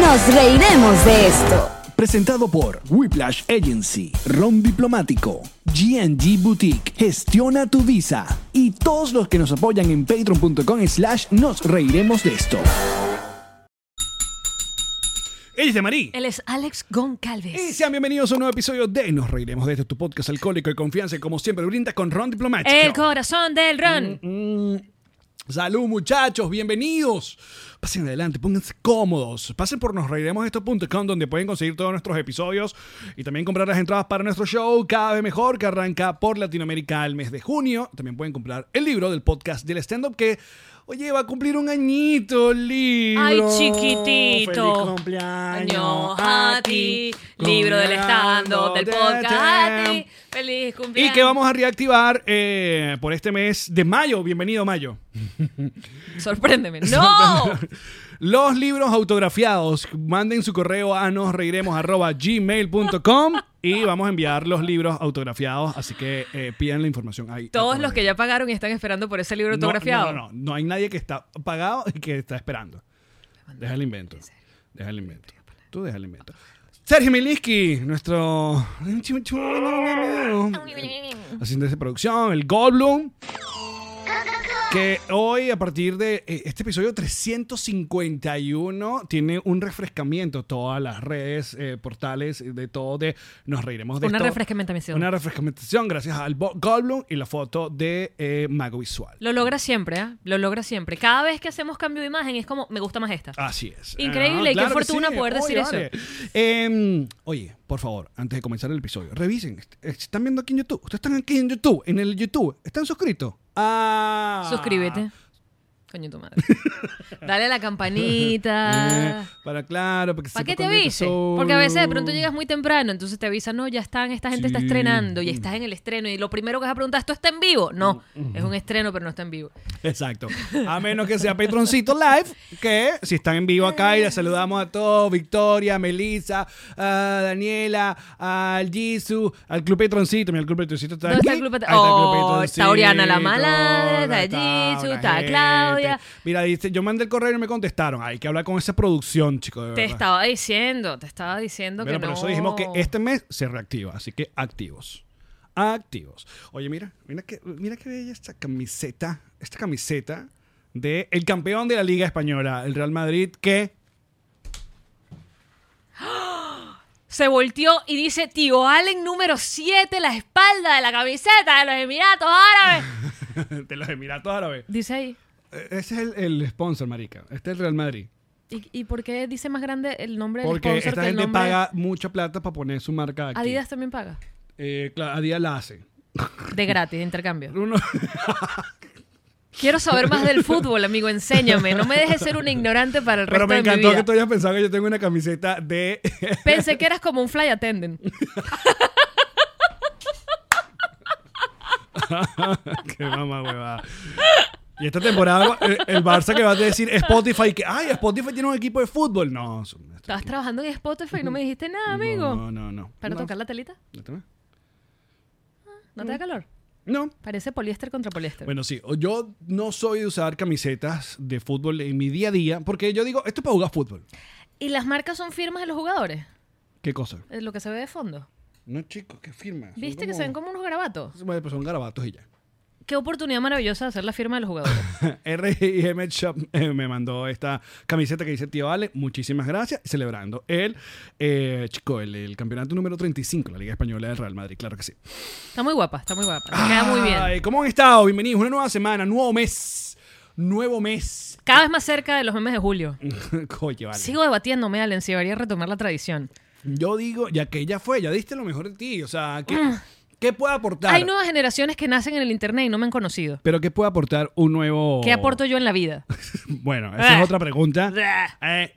Nos reiremos de esto. Presentado por Whiplash Agency, Ron Diplomático, GNG Boutique, Gestiona tu Visa y todos los que nos apoyan en patreon.com slash nos reiremos de esto. Ella es de Marí. Él es Alex Goncalves. Y sean bienvenidos a un nuevo episodio de Nos Reiremos de este tu podcast alcohólico y confianza, que como siempre brinda con Ron Diplomático. El corazón del Ron. Mm, Salud muchachos, bienvenidos. Pasen adelante, pónganse cómodos. Pasen por nosreiremosdeesto.com donde pueden conseguir todos nuestros episodios y también comprar las entradas para nuestro show cada vez mejor que arranca por Latinoamérica el mes de junio. También pueden comprar el libro del podcast del stand-up que, oye, va a cumplir un añito el libro. Ay, chiquitito. Feliz cumpleaños Año a ti, libro del stand-up, del podcast. A ti. Feliz Y cumpleaños. que vamos a reactivar eh, por este mes de mayo. Bienvenido mayo. Sorpréndeme. ¡No! Los libros autografiados, manden su correo a nosreiremos.gmail.com y vamos a enviar los libros autografiados, así que eh, pidan la información ahí. Todos los que ya pagaron y están esperando por ese libro No, autografiado. No, no, no, no hay nadie que está pagado y que está esperando. Deja el invento. Deja el invento. Tú deja el invento. Sergio Miliski, nuestro... Haciendo esa producción, el Goldblum. Que hoy, a partir de eh, este episodio 351, tiene un refrescamiento. Todas las redes, eh, portales, de todo, de nos reiremos de Una esto. refrescamentación. Una refrescamentación, gracias al Bo- Goldblum y la foto de eh, Mago Visual. Lo logra siempre, ¿ah? Lo logra siempre. Cada vez que hacemos cambio de imagen es como, me gusta más esta. Así es. Ah, Increíble, y qué que fortuna poder decir eso. Em, oye, por favor, antes de comenzar el episodio, revisen. est- eh, ¿Están viendo aquí en YouTube? ¿Ustedes están aquí en YouTube? ¿En el YouTube? ¿Están suscritos? Ah. Suscríbete. Coño tu madre. Dale a la Eh, campanita. para claro, porque Ah. ¿Para qué te avise? Porque a veces de pronto llegas muy temprano, entonces te avisan, no, ya están, esta gente está Sí. estrenando y estás en el estreno y lo primero que vas a preguntar, ¿esto está en vivo? No, Mm, es un estreno, pero no está en vivo. Exacto. A menos que sea Patroncito Live, que si están en vivo acá y les saludamos a todos, Victoria, Melissa, a Daniela, al Jisoo, al Club Patroncito. Mira, el Club Patroncito está ¿Dónde aquí. está el Club Patro- Ahí el Club Oh, Patroncito. está Oriana la Malandra, está Está Jisoo, una está gente. Claudia. Mira, dice, yo mandé el correo y no me contestaron. Hay que hablar con esa producción, chicos. de Te verdad. estaba diciendo, te estaba diciendo Bueno, que por no. eso dijimos que este mes se reactiva, así que activos. Activos. Oye, mira, mira que mira qué bella esta camiseta, esta camiseta de el campeón de la Liga española, el Real Madrid que Se volteó y dice, tío Allen número 7, la espalda de la camiseta de los Emiratos Árabes. de los Emiratos Árabes. Dice ahí. Eh, Ese es el, el sponsor, marica. Este es el Real Madrid. ¿Y, y por qué dice más grande el nombre del Porque sponsor esta que el gente nombre? paga mucha plata para poner su marca aquí. Adidas también paga. Eh, claro, Adidas la hace. De gratis, de intercambio. Uno- Quiero saber más del fútbol, amigo, enséñame. No me dejes ser un ignorante para el resto Pero me de mi encantó vida. que tú hayas pensado que yo tengo una camiseta de Pensé que eras como un fly attendant. Qué mamá huevada. Y esta temporada eh, el Barça que va a decir Spotify que ay, Spotify tiene un equipo de fútbol. No, son- Estabas trabajando en Spotify y no me dijiste nada, Ah, amigo. No, no, no. ¿Para no. tocar la telita? ¿No te va? ¿No te da calor? No. Parece poliéster contra poliéster. Bueno, sí, o yo no soy de usar camisetas de fútbol en mi día a día porque yo digo, esto es para jugar fútbol. ¿Y las marcas son firmas de los jugadores? ¿Qué cosa? Es lo que se ve de fondo. No, chicos, ¿qué firma? Son ¿Viste que se ven como unos garabatos? Bueno, pues son garabatos y ya. Qué oportunidad maravillosa de hacer la firma de los jugadores. R&M Shop eh, me mandó esta camiseta que dice Tío Ale, muchísimas gracias, celebrando el, eh, chico, el, el campeonato número 35, la Liga Española del Real Madrid, claro que sí. Está muy guapa, está muy guapa. Te queda muy bien. Ay, ¿Cómo han estado? Bienvenidos, una nueva semana, nuevo mes, nuevo mes. Cada vez más cerca de los memes de julio. Oye, vale. Sigo debatiéndome, Allen, si debería retomar la tradición. Yo digo, ya que ya fue, ya diste lo mejor de ti, o sea, ¿qué, Ah. ¿qué puede aportar? Hay nuevas generaciones que nacen en el internet y no me han conocido. Pero ¿qué puede aportar un nuevo... ¿Qué aporto yo en la vida? Bueno, esa es Ah. otra pregunta. Eh,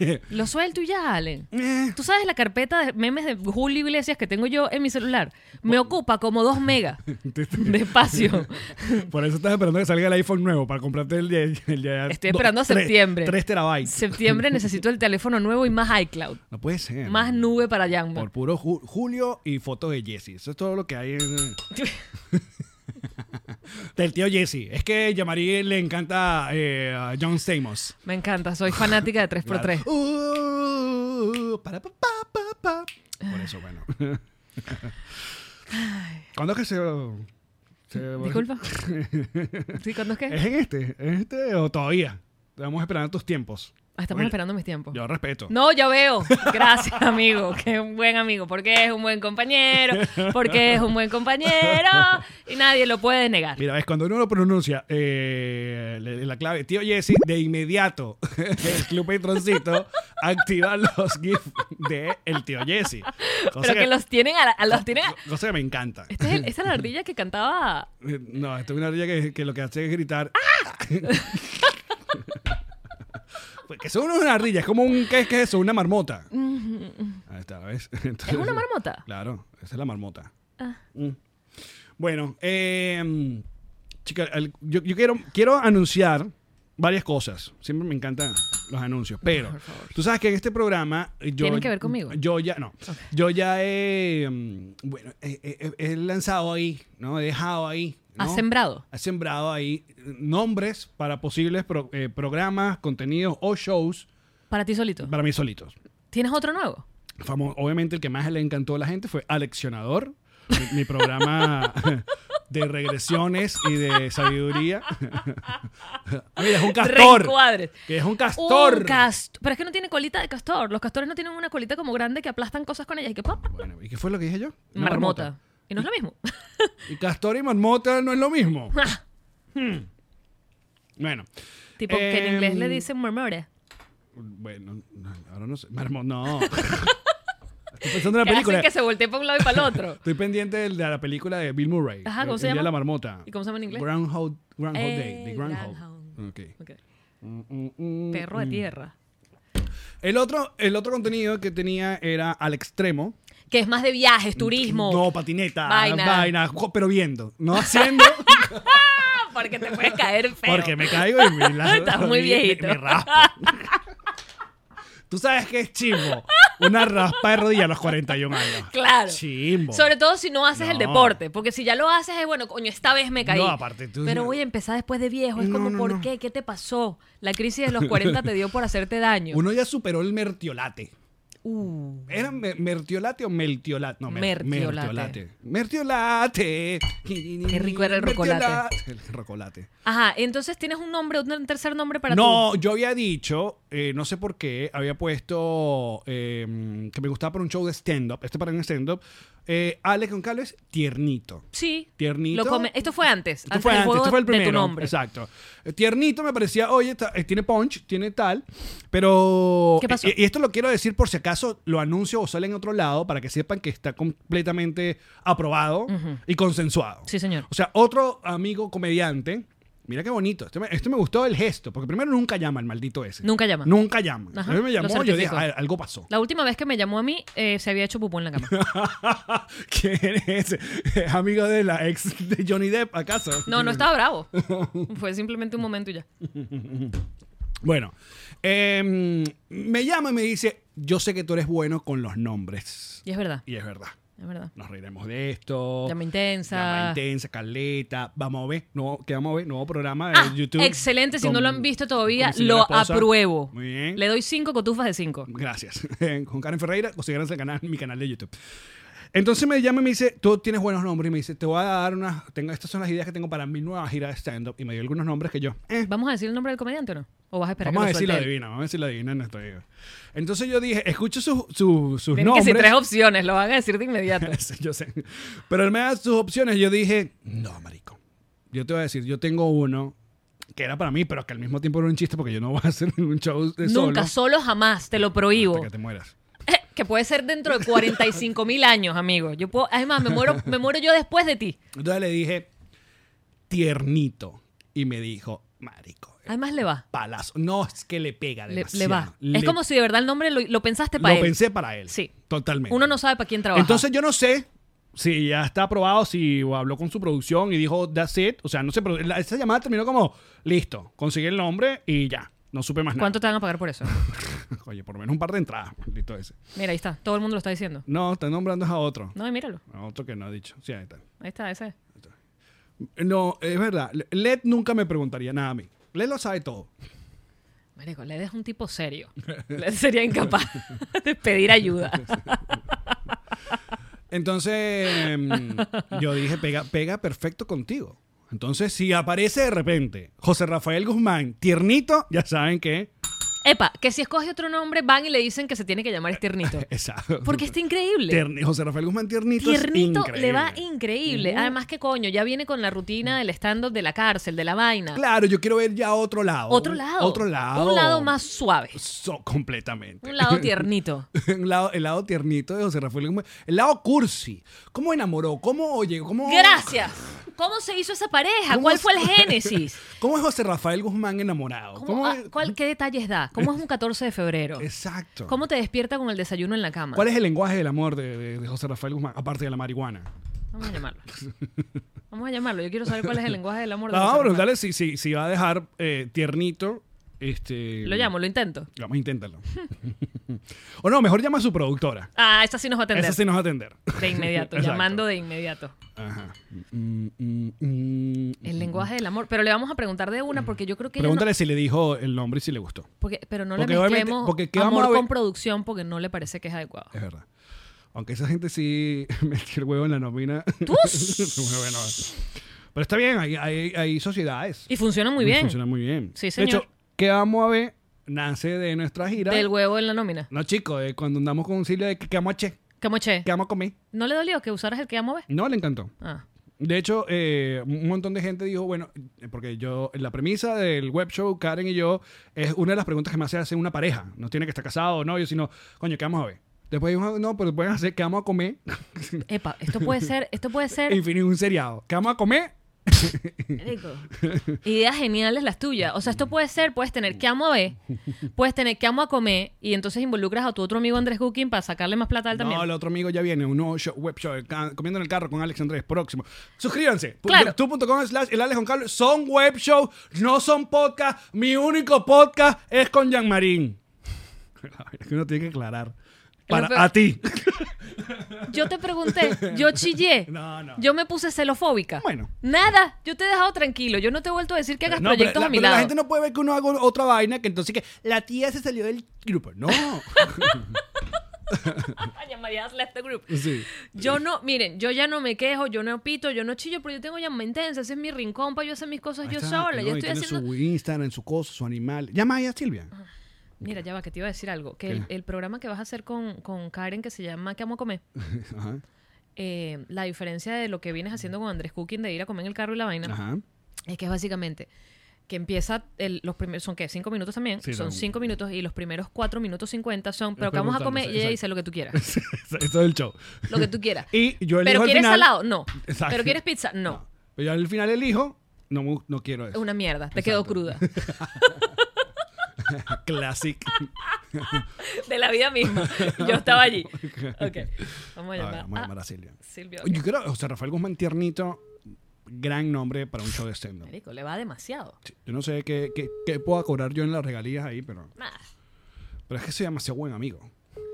Lo suelto y ya, Allen. eh, Tú sabes la carpeta de memes de Julio Iglesias que tengo yo en mi celular. Me ocupa como dos megas de espacio. Por eso estás esperando que salga el iPhone nuevo para comprarte el día. el día- Estoy esperando a tres- septiembre. Tres terabytes. Septiembre necesito el teléfono nuevo y más iCloud. No puede ser. Más nube para Por Yamba. puro ju- Julio y fotos de Jesse. Eso es todo lo que hay. en- del tío Jesse. Es que Yamari le encanta eh, a John Stamos. Me encanta, soy fanática de 3x3. Claro. Uh, para, pa, pa, pa, pa. Por eso, bueno. ¿Cuándo es que se... se- Disculpa. sí, ¿cuándo es que? ¿Es en este? ¿En este o todavía? Estamos esperando tus tiempos. Ah, estamos Oye, esperando mis tiempos. Yo respeto. No, yo veo. Gracias, amigo. Que es un buen amigo. Porque es un buen compañero. Porque es un buen compañero. Y nadie lo puede negar. Mira, ves, cuando uno lo pronuncia, eh, le- la clave, tío Jesse, de inmediato, el Club Patroncito activa los GIFs de el tío Jesse. Pero que los tienen a, la- a Ah, los tienen a- Cosa que me encanta. Este es el- esa es la ardilla que cantaba. Eh, No, esto es una orilla que, que lo que hace es gritar. ¡Ah! Pues que son unos ardillas, es como un. ¿Qué es, qué es eso? Una marmota. Ahí está, ¿ves? Entonces, ¿Es una marmota? Claro, esa es la marmota. Ah. Mm. Bueno, eh, chica, el- yo, yo quiero, quiero anunciar varias cosas. Siempre me encantan los anuncios, pero Por favor. tú sabes que en este programa yo- ¿Tienen que ver conmigo? Yo ya, no. Yo ya he. mm, Bueno, he, he- he lanzado ahí, ¿no? He dejado ahí. ¿no? ¿Has sembrado? He sembrado ahí eh, nombres para posibles pro- eh, programas, contenidos o shows Para ti solito. para mí solitos. ¿Tienes otro nuevo? Famo- obviamente el que más le encantó a la gente fue Aleccionador, mi, mi programa de regresiones y de sabiduría. Ah, Mira, es un castor. Reencuadres. Que es un castor. Un cast- Pero es que no tiene colita de castor. Los castores no tienen una colita como grande que aplastan cosas con ellas y que pop, pop, pop. Bueno, ¿y qué fue lo que dije yo? Una marmota. Y no es lo mismo. Y castor y marmota no es lo mismo. Ah. Hmm. Bueno. tipo que en inglés le Em, dicen murmure. Bueno, no, ahora no sé. Marmo, no. Estoy pensando en Que la hacen película. que se voltee para un lado y para el otro. Estoy pendiente del- de la película de Bill Murray. Ajá, ¿cómo El- se el día llama? de la marmota. ¿Y cómo se llama en inglés? Groundhog, Groundhog Day. Eh, The Groundhog. Groundhog. Ok. Ok. Mm, mm, mm, Perro de mm. tierra. El otro, el otro contenido que tenía era al extremo. Que es más de viajes, turismo. No, patineta, vaina. Vaina. jo- pero viendo. No haciendo, Ah, Porque te puedes caer feo. porque me caigo y me la- Estás muy me- viejito. Me, raspo. Tú sabes que es chimbo. Una raspa de rodilla a los 41 años. Claro. Chimbo. Sobre todo si no haces el No. deporte. Porque si ya lo haces, es bueno, coño, esta vez me caí. No, aparte tú- Pero voy a empezar después de viejo. Es No, como, no, ¿por no. qué? ¿Qué te pasó? La crisis de los 40 te dio por hacerte daño. Uno ya superó el mertiolate. Uh, ¿Era me- mertiolate o meltiolate? No, mer- Mertiolate. Mertiolate. Mertiolate. Qué rico era el rocolate. Mertiolate. El rocolate. Ajá, entonces tienes un nombre, un tercer nombre para No, yo había dicho, eh, no sé por qué, había puesto eh, que me gustaba para un show de stand-up, este para un stand-up, eh, Alex Goncalves, tiernito. tú. Sí. Tiernito. Lo come- Esto fue antes. Esto fue del antes, juego esto fue el de tu primero. nombre. Exacto. Eh, Tiernito me parecía, oye, está- eh, tiene punch, tiene tal, pero... ¿Qué pasó? Y, y esto lo quiero decir por si acaso lo anuncio o sale en otro lado para que sepan que está completamente aprobado y consensuado. Sí, señor. O sea, otro amigo comediante, mira qué bonito, este me, este me gustó el gesto, porque primero nunca llama el maldito ese. Nunca llama. Nunca llama. Ajá, A mí me lo llamó y yo dije, certifico. "Ah, algo pasó. La última vez que me llamó a mí, eh, se había hecho pupú en la cama. ¿Quién es ese? ¿Es amigo de la ex de Johnny Depp, acaso? No, no estaba bravo. Fue simplemente un momento y ya. Bueno, em, me llama y me dice, yo sé que tú eres bueno con los nombres. Y es verdad, Y es verdad. es verdad. Nos reiremos de esto. Llama intensa. Llama intensa, caleta. Vamos a ver, nuevo, que vamos a ver, nuevo programa de Ah, YouTube. Excelente, si con- no lo han visto con todavía, mi señora lo esposa. apruebo. Muy bien. Le doy cinco cotufas de cinco. Gracias. Con Karen Ferreira, consiguieron el canal, mi canal de YouTube. Entonces me llama y me dice, tú tienes buenos nombres. Y me dice, te voy a dar unas, tengo, estas son las ideas que tengo para mi nueva gira de stand-up. Y me dio algunos nombres que yo, eh, ¿Vamos a decir el nombre del comediante o no? ¿O vas a esperar vamos a que lo decir la suelte él? divina, vamos a decir la divina en nuestro video. Entonces yo dije, escucho sus- sus- sus Tienen que ser tres nombres. opciones, lo van a decir de inmediato. Sí, yo sé. Pero él me da sus opciones. Yo dije, no, marico. Yo te voy a decir, yo tengo uno que era para mí, pero que al mismo tiempo era un chiste porque yo no voy a hacer un show de solo. Nunca, solo jamás, te lo prohíbo. Hasta que te mueras. Que puede ser dentro de 45 mil años, amigo. Yo puedo, además, me muero, me muero yo después de ti. Entonces le dije, tiernito. Y me dijo, marico, eh, Además, le va. palazo. No, es que le pega Le, demasiado. le va. Le- Es como si de verdad el nombre lo, lo pensaste para Lo él. pensé para él. Sí. Totalmente. Uno no sabe para quién trabaja. Entonces yo no sé si ya está aprobado, si habló con su producción y dijo, that's it. O sea, no sé, pero la- esa llamada terminó como, listo, conseguí el nombre y ya. No supe más ¿Cuánto te van a pagar por eso? nada. Oye, por lo menos un par de entradas. Listo ese. Mira, ahí está. Todo el mundo lo está diciendo. No, están nombrando a otro. No, y míralo. A otro que no ha dicho. Sí, ahí está. Ahí está, ese. No, es verdad. Led nunca me preguntaría nada a mí. Led lo sabe todo. Marico, Led es un tipo serio. Led sería incapaz de pedir ayuda. Entonces, em, yo dije, pega, pega perfecto contigo. Entonces, si aparece de repente José Rafael Guzmán, tiernito, ya saben que... Epa, que si escoge otro nombre, van y le dicen que se tiene que llamar Estiernito. Exacto. Porque está increíble. Tierni- José Rafael Guzmán tiernito, es Tiernito le va increíble. increíble. Además que coño, ya viene con la rutina del stand-up de la cárcel, de la vaina. Claro, yo quiero ver ya otro lado. Otro lado. Otro lado. Un lado más suave. So- completamente. Un lado tiernito. Un lado- el lado tiernito de José Rafael Guzmán. El lado cursi. ¿Cómo enamoró? ¿Cómo llegó? ¿Cómo, Gracias. ¿Cómo se hizo esa pareja? ¿Cómo ¿Cuál se- fue el génesis? ¿Cómo es José Rafael Guzmán enamorado? ¿Cómo- ¿Cómo- ah, cuál- ¿Qué detalles da? ¿Cómo es un 14 de febrero? Exacto. ¿Cómo te despierta con el desayuno en la cama? ¿Cuál es el lenguaje del amor de, de- de José Rafael Guzmán? Aparte de la marihuana. Vamos a llamarlo. Vamos a llamarlo. Yo quiero saber cuál es el lenguaje del amor. de Vamos a José preguntarle Rafael. Ah, si, si, si va a dejar eh, tiernito. Este, Lo llamo, lo intento. Vamos a intentarlo. o no, mejor llama a su productora. Ah, esa sí nos va a atender. Esa sí nos va a atender. De inmediato, Exacto. llamando de inmediato. Ajá. Mm, mm, mm, El mm. lenguaje del amor. Pero le vamos a preguntar de una porque yo creo que ella no- Pregúntale si le dijo el nombre y si le gustó. porque, pero no porque le obviamente- mezclemos porque ¿qué vamos amor a ver? con producción porque no le parece que es adecuado. Es verdad. Aunque esa gente sí metió el huevo en la nómina. Bueno, pero está bien, hay, hay- hay sociedades. Y funciona muy bien. Funciona muy bien. Sí, señor. De hecho, ¿qué vamos a ver? Nace de nuestra gira. Del huevo en la nómina. No, chicos, de cuando andamos con Silvia de que, que vamos a che, Camoche. que vamos a comer. ¿No le dolió que usaras el que amo ve? No, le encantó. Ah. De hecho, eh, un montón de gente dijo, bueno, eh, porque yo, la premisa del web show, Karen y yo, es una de las preguntas que más se hace una pareja. No tiene que estar casado o novio, sino, coño, ¿qué vamos a ver? Después dijo, no, pero pueden hacer, ¿qué vamos a comer? Epa, esto puede ser, esto puede ser Infinito, un seriado. ¿Qué vamos a comer? rico. Ideas geniales las tuyas. O sea, esto puede ser, puedes tener que amo a ver, puedes tener que amo a comer y entonces involucras a tu otro amigo Andrés Cooking para sacarle más plata a él también. No, el otro amigo ya viene, un nuevo show- web show, el ca- comiendo en el carro con Alex Andrés, próximo. Suscríbanse. Claro. Tú.com slash el Alex con Carlos. Son web shows, no son podcast. Mi único podcast es con Jan Marín. Es que uno tiene que aclarar. Para peor- a ti. Yo te pregunté, yo chillé. No, no. Yo me puse celofóbica. Bueno. Nada, yo te he dejado tranquilo. Yo no te he vuelto a decir que hagas No, pero proyectos la, a mi pero la lado. gente no puede ver que uno haga otra vaina, que entonces que la tía se salió del grupo. No. Llamarías left the este group. sí. Yo no, miren, yo ya no me quejo, yo no pito, yo no chillo, pero yo tengo llama intensa, ese es mi rincón para yo hacer mis cosas Ahí yo está, sola. no, Yo y estoy tiene haciendo. su Instagram, su cosa, su animal. Llama ahí a Silvia. Mira, ya va, que te iba a decir algo. Que el, el programa que vas a hacer con, con Karen, que se llama Que amo a comer, Ajá. eh, la diferencia de lo que vienes haciendo con Andrés Cooking de ir a comer en el carro y la vaina, Ajá. es que es básicamente que empieza el- los primeros, son que cinco minutos también, Sí, son son- cinco minutos y los primeros cuatro minutos cincuenta son, pero que vamos a preguntando, comer sí, y ella exacto. dice lo que tú quieras. Eso es el show. lo que tú quieras. Y yo elijo ¿Pero al quieres final- salado? No. Exacto. ¿Pero quieres pizza? No. Pero yo al final elijo, no, me- no quiero Es eso. una mierda. Te quedó cruda. Classic. De la vida misma. Yo estaba allí. Ok. Vamos a A llamar. ver, Ah, a vamos a llamar a Silvia. Silvio. Yo creo, o sea, Rafael Guzmán Tiernito, gran nombre para un show de stand Marico, le va demasiado. Yo no sé qué, qué, qué pueda cobrar yo en las regalías ahí, pero, Nada. pero es que soy demasiado buen amigo.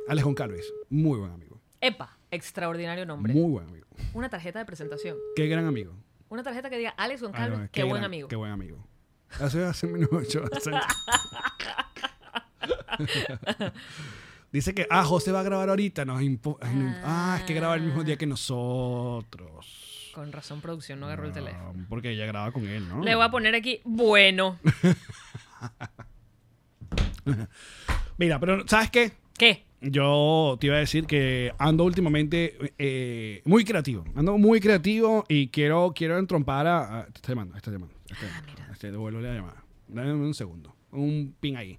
Alex Goncalves, muy buen amigo. Epa, extraordinario nombre. Muy buen amigo. Una tarjeta de presentación. Qué gran amigo. Una tarjeta que diga Alex Ah, no, Goncalves, es qué, que buen gran- amigo. Qué buen amigo. Hace, hace minutos. yo- Dice que, ah, José va a grabar ahorita. Nos impo- ay, no imp- ah, es que graba el mismo día que nosotros. Con razón, producción, no agarró el teléfono. Ah, Porque ella graba con él, ¿no? Le voy a poner aquí, bueno. Mira, pero ¿sabes qué? ¿Qué? Yo te iba a decir que ando últimamente eh, muy creativo. Ando muy creativo y quiero, quiero entrompar a, a- Te está llamando, te está llamando. te está llamando. Este, devuelvo la llamada. Dame un segundo. Un pin ahí.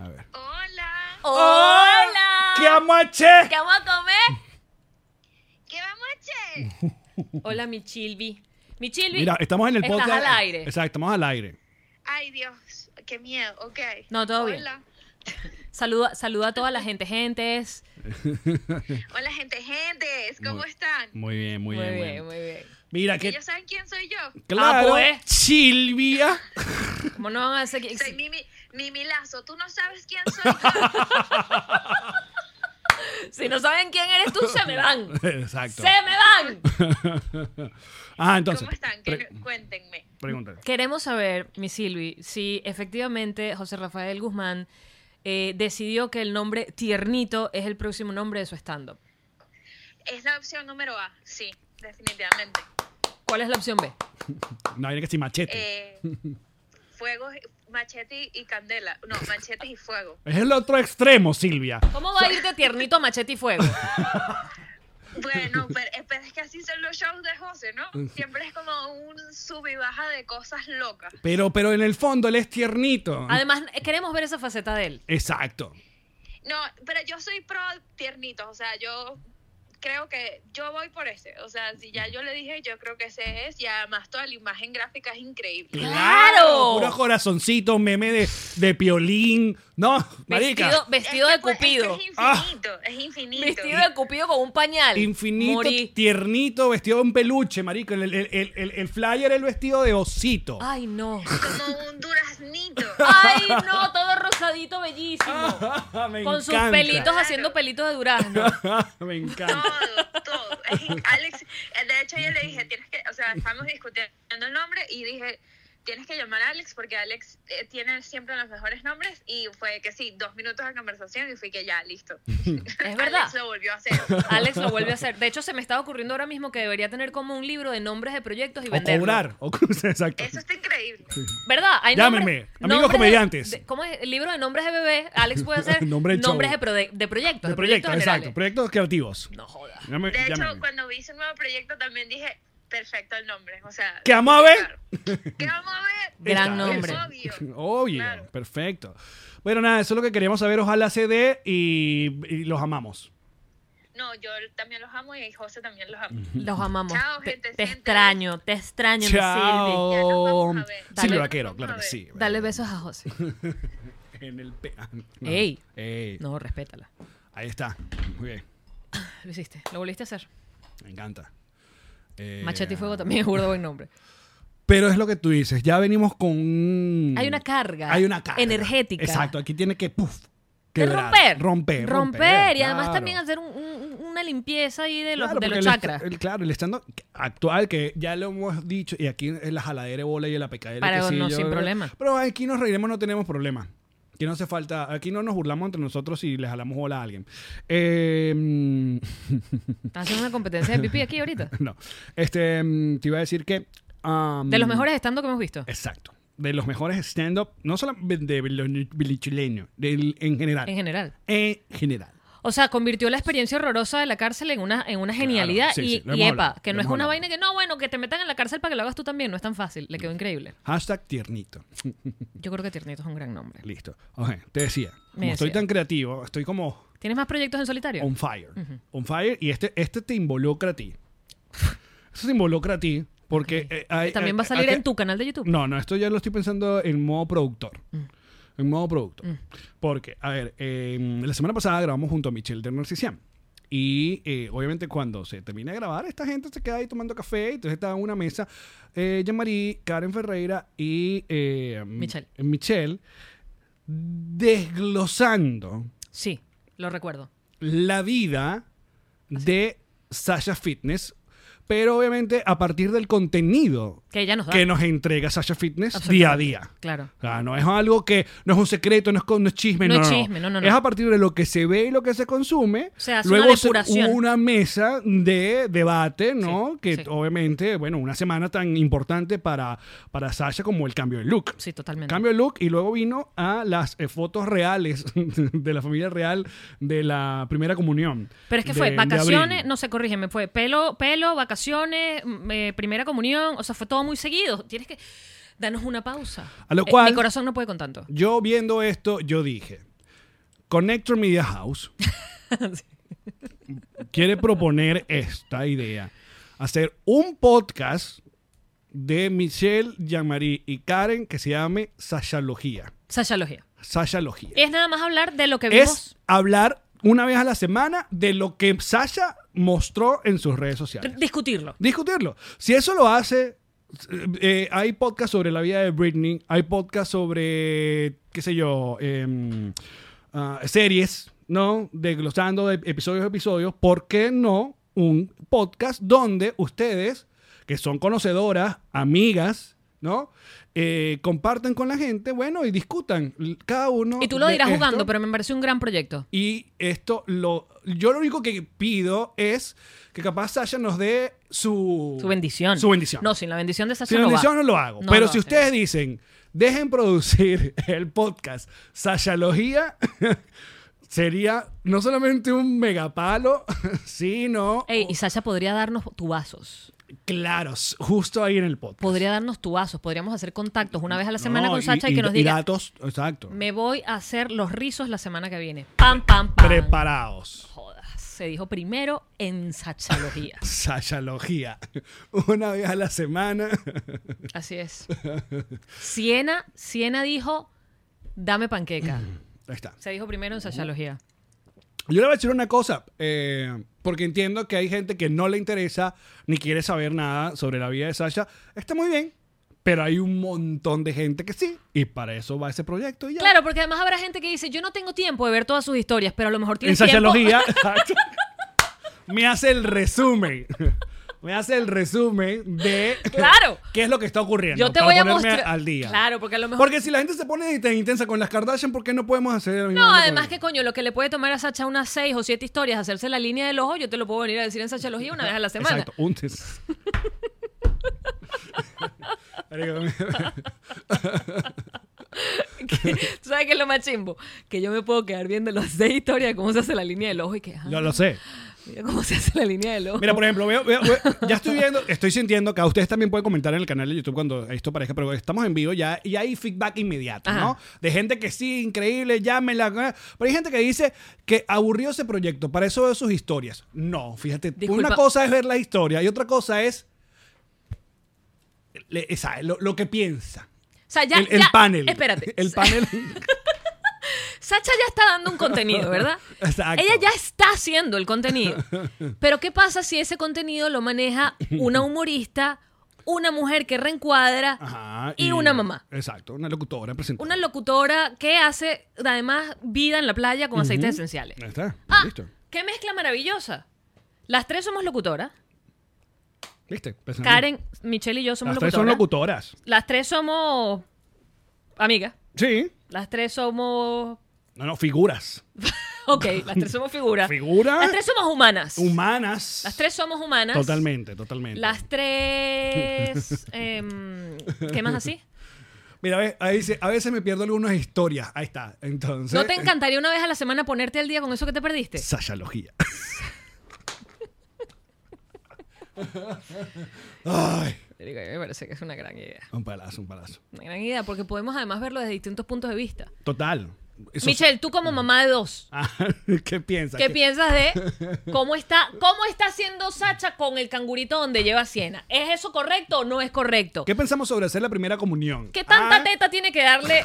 A ver. Hola, ¡Hola! ¡Qué amoche! ¿Qué vamos a comer? ¿qué vamos a hacer? Hola, mi Chilvi. Mi Chilvi. Mira, eh. estamos en el Estás podcast. al aire. Exacto, estamos al aire. Ay, Dios, qué miedo, ok. No, todo bien. Hola. Saluda, saluda a toda la gente, gentes. Hola, gente, gentes, ¿cómo Muy- están? Muy bien, muy, bien, muy bien. muy bien. Mira que. ¿Ellos saben quién soy yo? Claro, pues. Silvia. ¿Cómo no van a hacer que- Soy Mimi, Mimi Lazo, tú no sabes quién soy yo. Si no saben quién eres tú, se me van. Exacto. ¡Se me van! ah, entonces. ¿Cómo están? ¿Qué- pre- Cuéntenme. pregúntale. Queremos saber, mi Silvi, si efectivamente José Rafael Guzmán eh, decidió que el nombre Tiernito es el próximo nombre de su stand-up. Es la opción número A, sí, definitivamente. ¿Cuál es la opción B? No, viene que sí, machete. Eh, fuego, machete y candela. No, machetes y fuego. Es el otro extremo, Silvia. ¿Cómo va a ir de Tiernito a Machete y Fuego? Bueno, pero, eh, pero es que así son los shows de José, ¿no? Siempre es como un sub y baja de cosas locas. Pero, pero en el fondo él es tiernito. Además, eh, queremos ver esa faceta de él. Exacto. No, pero yo soy pro tiernito, o sea, yo creo que yo voy por ese. O sea, si ya yo le dije, yo creo que ese es. Y además toda la imagen gráfica es increíble. ¡Claro! Puros corazoncitos, meme de, de piolín. No, marica. Vestido, vestido Es de que, pues, es que Cupido. Es, Ah. infinito, es infinito. Vestido de Cupido con un pañal. Infinito, Morí. tiernito, vestido de un peluche, marico. El, el, el, el, el flyer, el vestido de osito. Ay, no. Como un duraznito. Ay, no, todo rosadito, bellísimo. Ah, Me Ah, Con sus encanta. Ah, pelitos haciendo pelitos de durazno. Me encanta. Todo, todo. Alex, eh, de hecho yo le dije, tienes que, o sea, estamos discutiendo el nombre y dije, tienes que llamar a Alex porque Alex eh, tiene siempre los mejores nombres y fue que sí, dos minutos de conversación y fui que ya, listo. Es verdad. Alex lo volvió a hacer. Alex lo vuelve a hacer. De hecho, se me estaba ocurriendo ahora mismo que debería tener como un libro de nombres de proyectos y O venderlo. cobrar. O, exacto. Eso está increíble. ¿Verdad? Hay Llámenme, nombres- amigos nombres de- comediantes. de- ¿Cómo es? El libro de nombres de bebé. Alex puede hacer Nombre de show. nombres de, pro- de- de proyectos. de proyectos, generales. exacto. Proyectos creativos. No jodas. Llame- De hecho, llámame. cuando vi su nuevo proyecto también dije, perfecto el nombre. O sea, ¿Qué vamos a ver? claro. ¿Qué vamos a ver? Gran Está, nombre. eso. Obvio. Obvio, Claro. perfecto. Bueno, nada, eso es lo que queríamos saber. Ojalá se dé y, y los amamos. No, yo también los amo y José también los amo. Los amamos. Chao, Te- gente, te, gente. extraño, te extraño, mi Silvi. Ya nos Chao. vamos a ver. Silvia Dale. Vaquero, Vamos a claro que ver. sí. Dale besos a José. En el pe- ah, no. Ey. Ey. No, respétala. Ahí está. Muy bien. Lo hiciste. Lo volviste a hacer. Me encanta. Eh, Machete y Fuego también es burdo buen nombre. Pero es lo que tú dices. Ya venimos con. un- Hay una carga. Mm. Hay una carga. Energética. Exacto. Aquí tiene que. Puf, De quebrar. romper. Romper. Y además claro. también hacer un- un- una limpieza ahí de los, Claro, de porque los eh, el chakras. est- el- claro, el estando actual, que ya lo hemos dicho, y aquí es la jaladera de bola y la pecadera. Para que sí, no, yo- sin problema. Pero aquí nos reiremos, no tenemos problema. Aquí no hace falta, aquí no nos burlamos entre nosotros y le jalamos bola a alguien. Eh, mm, ¿Estás haciendo una competencia de pipí aquí ahorita? no, este, mm, te iba a decir que... am, De los mejores estando que hemos visto. Mm. Exacto. De los mejores stand-up, no solo de de- velichileno, del- en general. En general. En general. O sea, convirtió la experiencia horrorosa de la cárcel en una, en una genialidad. sí, y, sí, lo y hemos epa, hablado, que lo no es hemos una hablado. Mm. vaina que no, bueno, que te metan en la cárcel para que lo hagas tú también. No es tan fácil. Le quedó increíble. Hashtag tiernito. Yo creo que Tiernito es un gran nombre. Listo. Ok, te decía, como Me estoy decía. tan creativo, estoy como ¿Tienes más proyectos en solitario? On fire. On fire. Y este, este te involucra a ti. Eso te involucra a ti. Porque eh, hay- También hay- va a salir hay- en tu canal de YouTube. Mm. No, no, esto ya lo estoy pensando en modo productor. En modo productor. Porque, a ver, eh, la semana pasada grabamos junto a Michelle de Narcisian. Y eh, obviamente cuando se termina de grabar, esta gente se queda ahí tomando café. Entonces está en una mesa eh, Jean-Marie, Karen Ferreira y eh, Michelle. Michelle desglosando Sí, lo recuerdo. la vida de Sasha Fitness, pero obviamente a partir del contenido Que ella nos da. que nos entrega Sasha Fitness día a día. Claro. O sea, no es algo que no es un secreto, no es, con- no es chisme, No no, es chisme, no, no, no. Es a partir de lo que se ve y lo que se consume. Se hace luego una se- depuración. una mesa de debate, ¿no? Sí, que sí. obviamente, bueno, una semana tan importante para, para Sasha como el cambio de look. Sí, totalmente. Cambio de look y luego vino a las eh, fotos reales de la familia real de la primera comunión. Pero es que de- fue de vacaciones, abril. no sé, corrígeme, fue pelo, pelo, vacaciones, mm, eh, primera comunión, o sea, fue todo muy seguido. Tienes que danos una pausa. A lo Eh, cual- mi corazón no puede con tanto. Yo viendo esto, yo dije, Connector Media House quiere proponer esta idea. Hacer un podcast de Michelle, Jean-Marie y Karen que se llame Sashalogía. Sasha Logia. Sashalogía. Es nada más hablar de lo que vimos. Es hablar una vez a la semana de lo que Sasha mostró en sus redes sociales. r- Discutirlo. discutirlo. Si eso lo hace, eh, eh, hay podcast sobre la vida de Britney, hay podcast sobre, qué sé yo, em, ah, series, ¿no? Desglosando de episodios a episodios, ¿por qué no un podcast donde ustedes, que son conocedoras, amigas, ¿no? Eh, compartan con la gente, bueno, y discutan l- cada uno. Y tú lo de dirás esto. jugando, pero me pareció un gran proyecto. Y esto lo. Yo lo único que pido es que capaz Sasha nos dé su. Su bendición. Su bendición. No, sin la bendición de Sasha Sin no va. bendición no lo hago. No Pero lo si hace. ustedes dicen, dejen producir el podcast Sashalogía, sería no solamente un megapalo, sino. Ey, y Sasha podría darnos tubazos. Claros, justo ahí en el podcast. Podría darnos tubazos. Podríamos hacer contactos una vez a la semana No, con Sasha y, que nos diga, datos, exacto. me voy a hacer los rizos la semana que viene. Pam, pam, pam. Preparados. Jodas. Se dijo primero en Sachalogía. Sashalogía. Una vez a la semana. Así es. Siena, Siena dijo, dame panqueca. Ahí está. Se dijo primero en Sachalogía. Yo le voy a decir una cosa, eh, porque entiendo que hay gente que no le interesa ni quiere saber nada sobre la vida de Sasha. Está muy bien, pero hay un montón de gente que sí, y para eso va ese proyecto. Y ya. Claro, porque además habrá gente que dice, yo no tengo tiempo de ver todas sus historias, pero a lo mejor en tienes tiempo. Sashalogía exacto, me hace el resumen. Me hace el resumen de Claro. qué es lo que está ocurriendo. Yo te para voy a ponerme mostrar- al día. Claro, porque a lo mejor- Porque si la gente se pone tan intensa con las Kardashian, ¿por qué no podemos hacer el mismo? No, además que coño, lo que le puede tomar a Sacha unas seis o siete historias, hacerse la línea del ojo, yo te lo puedo venir a decir en Sachalogía una vez a la semana. Exacto, un des- Marico, Que- ¿Tú sabes qué es lo más chimbo? Que yo me puedo quedar viendo las seis historias de cómo se hace la línea del ojo y que, ah, Yo lo sé. mira cómo se hace la línea del ojo. Mira, por ejemplo, veo- veo- veo- ya estoy viendo, estoy sintiendo que a ustedes también pueden comentar en el canal de YouTube cuando esto parezca, pero estamos en vivo ya y hay feedback inmediato, Ajá. ¿no? De gente que sí, increíble, llámela. Pero hay gente que dice que aburrió ese proyecto, para eso veo sus historias. No, fíjate, Disculpa. una cosa es ver la historia y otra cosa es le- esa, lo, lo que piensa. o sea, ya, el, el ya- panel. Espérate. El panel. Sacha ya está dando un contenido, ¿verdad? Exacto. Ella ya está haciendo el contenido. Pero ¿qué pasa si ese contenido lo maneja una humorista, una mujer que reencuadra Ajá, y, una mamá? Exacto, una locutora, presentadora. Una locutora que hace además vida en la playa con aceites esenciales. Ahí está, Ah, listo. qué mezcla maravillosa. Las tres somos locutoras. ¿Viste? Pensando. Karen, Michelle y yo somos Las tres locutoras. son locutoras. Las tres somos amigas. Sí. Las tres somos. No, no, figuras. Ok, las tres somos figuras. Figuras. Las tres somos humanas. Humanas. Las tres somos humanas. Totalmente, totalmente. Las tres. em, ¿Qué más así? Mira, a ve- ahí dice, a veces me pierdo algunas historias. Ahí está. Entonces. eh, ¿No te encantaría una vez a la semana ponerte al día con eso que te perdiste? Sashalogía. Ay, Digo, a mí me parece que es una gran idea. un palazo, un palazo. Una gran idea, porque podemos además verlo desde distintos puntos de vista. Total. Eso- Michelle, tú como mamá de dos, Ah, ¿Qué piensas? ¿qué piensas de cómo está, cómo está haciendo Sacha con el cangurito donde lleva Siena? ¿Es eso correcto o no es correcto? ¿Qué pensamos sobre hacer la primera comunión? ¿Qué tanta Ah, teta tiene que darle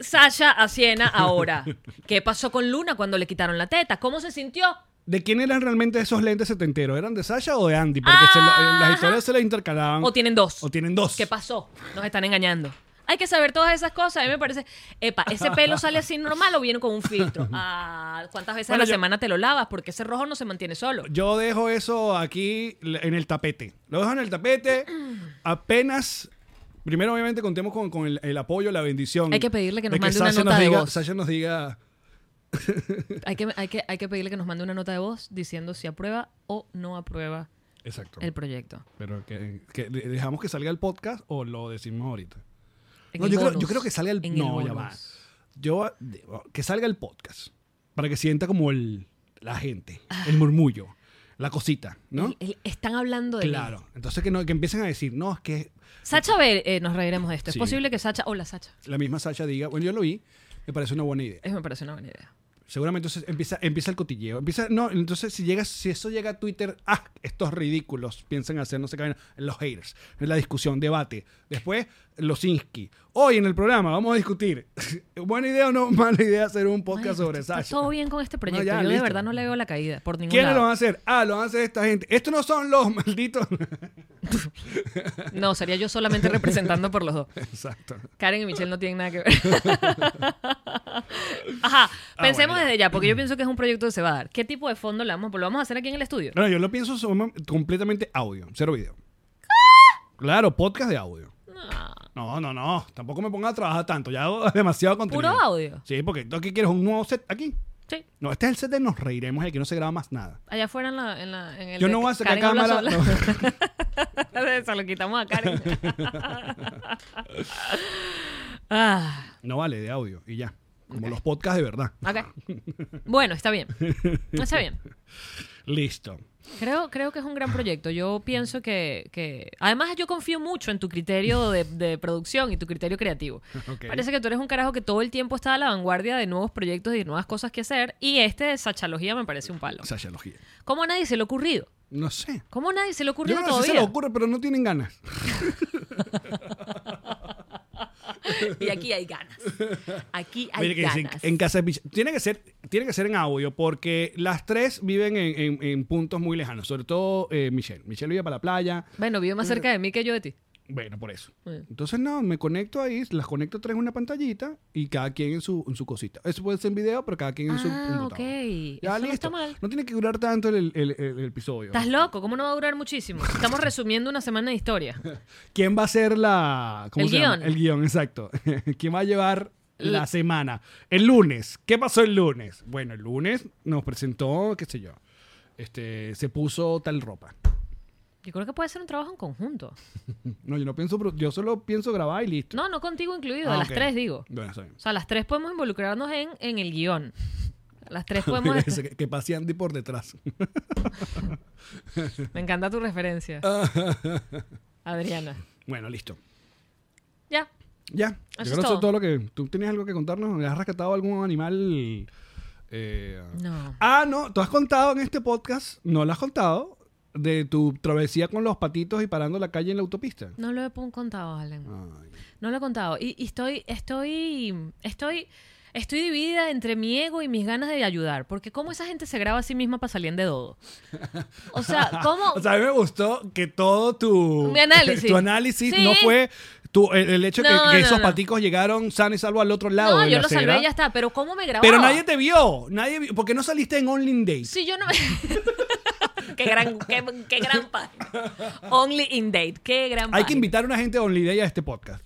Sasha a Siena ahora? ¿Qué pasó con Luna cuando le quitaron la teta? ¿Cómo se sintió? ¿De quién eran realmente esos lentes setenteros? ¿Eran de Sasha o de Andy? Porque Ah, se lo- eh, las ajá. historias se las intercalaban. ¿O tienen dos? Mm. O tienen dos. ¿Qué pasó? Nos están engañando. Hay que saber todas esas cosas. A mí me parece, epa, ¿ese pelo sale así normal o viene con un filtro? Ah, ¿Cuántas veces Bueno, a la yo- semana te lo lavas? Porque ese rojo no se mantiene solo. Yo dejo eso aquí le- en el tapete. Lo dejo en el tapete. Apenas. Primero, obviamente, contemos con, con el, el apoyo, la bendición. Hay que pedirle que nos de mande una Sasha nota de diga- voz. Sasha nos diga. Hay que, hay, que, hay que pedirle que nos mande una nota de voz diciendo si aprueba o no aprueba Exacto. el proyecto. Pero que, que de- dejamos que salga el podcast o lo decimos ahorita. En No, el yo, creo, bonus, yo creo que salga el. en no, ya va. bonus. Yo. de- oh, Que salga el podcast. Para que sienta como el, la gente, Ah. el murmullo, la cosita, ¿no? El- el- están hablando de mí. Claro. Entonces que, no, que empiecen a decir, no, es que Sacha, a ver, eh, nos reiremos de esto. Sí. Es posible que Sacha. Hola, Sacha. la misma Sasha diga, bueno, yo lo vi, me parece una buena idea. Eso me parece una buena idea. Seguramente entonces empieza, empieza el cotilleo. Empieza, no, entonces si llega, si eso llega a Twitter, ah, estos ridículos piensan hacer no sé qué vaina. Los haters, la discusión, debate. Después, los inski. Hoy en el programa vamos a discutir. ¿Buena idea o no? Mala idea hacer un podcast Ay, sobre está Sasha. Todo bien con este proyecto. No, ya, Yo de listo. verdad no le veo la caída por ningún ¿Quiénes lo lado. van a hacer? Ah, lo van a hacer esta gente. Estos no son los malditos. No, sería yo solamente representando por los dos. Exacto. Karen y Michelle no tienen nada que ver. Ajá, pensemos Ah, bueno, ya. Mm. desde ya, porque yo pienso que es un proyecto que se va a dar. ¿Qué tipo de fondo le vamos? Pues lo vamos a hacer aquí en el estudio. No, yo lo pienso som- completamente audio, cero video. Claro, podcast de audio. Ah. No, no, no. Tampoco me ponga a trabajar tanto. Ya hago demasiado contenido. Puro audio. Sí, porque tú aquí quieres un nuevo set aquí. Sí. No, este es el set de nos reiremos y aquí no se graba más nada. Allá afuera en, la, en, la- en el. Yo de no voy a sacar Karen habla cámara, sola. Se lo quitamos a Karen. ah, No vale de audio y ya. Como los podcasts de verdad. ok. Bueno, está bien. Está bien. Listo. Creo, creo que es un gran proyecto. Yo pienso que, que- Además, yo confío mucho en tu criterio de, de producción y tu criterio creativo. Ok. Parece que tú eres un carajo que todo el tiempo está a la vanguardia de nuevos proyectos y de nuevas cosas que hacer. Y este de Sachalogía me parece un palo. Sasha Logia. ¿Cómo a nadie se le ha ocurrido? No sé. ¿Cómo a nadie se le Yo ha ocurrido no sé si se todavía? le ocurre, pero no tienen ganas. y aquí hay ganas. Aquí hay Mire que sí, ganas. en casa de Mich- tiene que ser tiene que ser en audio porque las tres viven en, en- en puntos muy lejanos sobre todo eh, Michelle Michelle vive para la playa Bueno, vive más cerca de mí que yo de ti. bueno por eso Bueno. entonces no me conecto ahí las conecto tres en una pantallita y cada quien en su, en su cosita eso puede ser en video pero cada quien en su Ah, computador. ok. Eso no está mal. no tiene que durar tanto el, el- el- el episodio Estás loco, ¿cómo no va a durar muchísimo? Estamos resumiendo una semana de historia. quién va a ser la El llama? guión. el guión exacto quién va a llevar la L- semana el lunes qué pasó el lunes bueno el lunes nos presentó qué sé yo este se puso tal ropa Yo creo que puede ser un trabajo en conjunto. no yo no pienso pro- yo solo pienso grabar y listo No, no contigo incluido, Ah, a las ok. tres digo. bueno está bien. O sea, a las tres podemos involucrarnos en, en el guión. A las tres podemos... Ese que, que pase Andy por detrás Me encanta tu referencia. Adriana. bueno listo Ya. ya yo Eso creo es que eso es todo. todo lo que tú tenías algo que contarnos has rescatado algún animal eh, No. Ah, no, tú has contado en este podcast, no lo has contado, de tu travesía con los patitos y parando la calle en la autopista. No lo he pon- contado, Allen. Ay. No lo he contado. Y, y estoy, estoy, estoy, estoy dividida entre mi ego y mis ganas de ayudar. Porque cómo esa gente se graba a sí misma para salir de dodo. O sea, cómo... O sea, a mí me gustó que todo tu, Mi análisis. tu análisis Sí. no fue tu- el, el hecho que, No, que no, esos no. paticos llegaron sano y salvo al otro lado. no, de yo la lo salvé acera. y ya está. Pero cómo me grababa. Pero nadie te vio, nadie vio, porque no saliste en Only Days. Sí, yo no me... qué gran, qué, qué gran pa- Only in date. Qué gran Hay página. que invitar a una gente de Only Days a este podcast.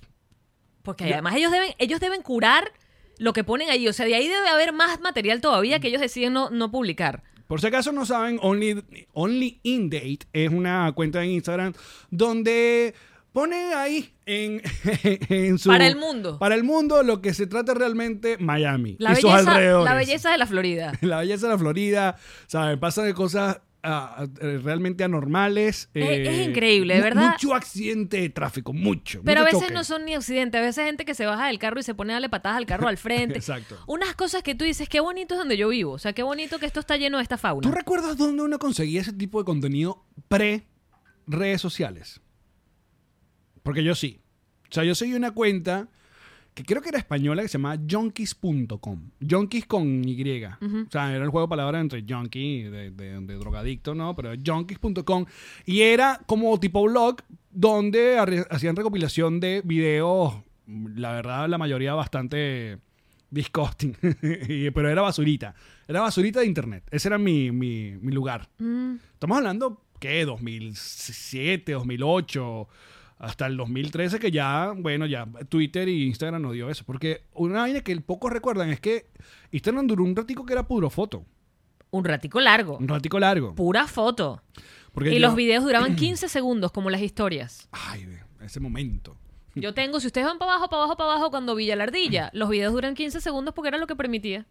Porque además ellos deben, ellos deben curar lo que ponen ahí. O sea, de ahí debe haber más material todavía que ellos deciden no, no publicar. Por si acaso no saben, Only, Only In Date es una cuenta en Instagram donde pone ahí en, en su... Para el mundo. Para el mundo lo que se trata realmente Miami La y sus belleza, alrededores. la belleza de la Florida. La belleza de la Florida, ¿saben? Pasan de cosas ah, eh, realmente anormales. eh, Es- es increíble, de mu- verdad. Mucho accidente de tráfico, mucho. Pero a mucho veces choque. no son ni accidentes, a veces gente que se baja del carro y se pone a darle patadas al carro al frente. Exacto. Unas cosas que tú dices, qué bonito es donde yo vivo. O sea, qué bonito que esto está lleno de esta fauna. ¿Tú recuerdas dónde uno conseguía ese tipo de contenido pre redes sociales? Porque yo sí. O sea, yo seguí una cuenta que creo que era española que se llamaba junkies.com. Junkies con Y. O sea, era el juego de palabras entre junkie, de, de- de drogadicto, ¿no? Pero junkies.com. Y era como tipo blog donde arre- hacían recopilación de videos, la verdad, la mayoría bastante disgusting. Y- Pero era basurita. Era basurita de internet. Ese era mi, mi- mi lugar. Estamos hablando, ¿qué? 2007, 2008, hasta el 2013, que ya, bueno, ya Twitter y Instagram nos dio eso. Porque una vaina que pocos recuerdan es que Instagram duró un ratico que era puro foto. Un ratico largo. Un ratico largo. Pura foto. Porque Y yo- los videos duraban 15 segundos, como las historias. Ay, ve, ese momento. Yo tengo, si ustedes van para abajo, para abajo, para abajo, cuando Villa la Ardilla, los videos duran 15 segundos porque era lo que permitía.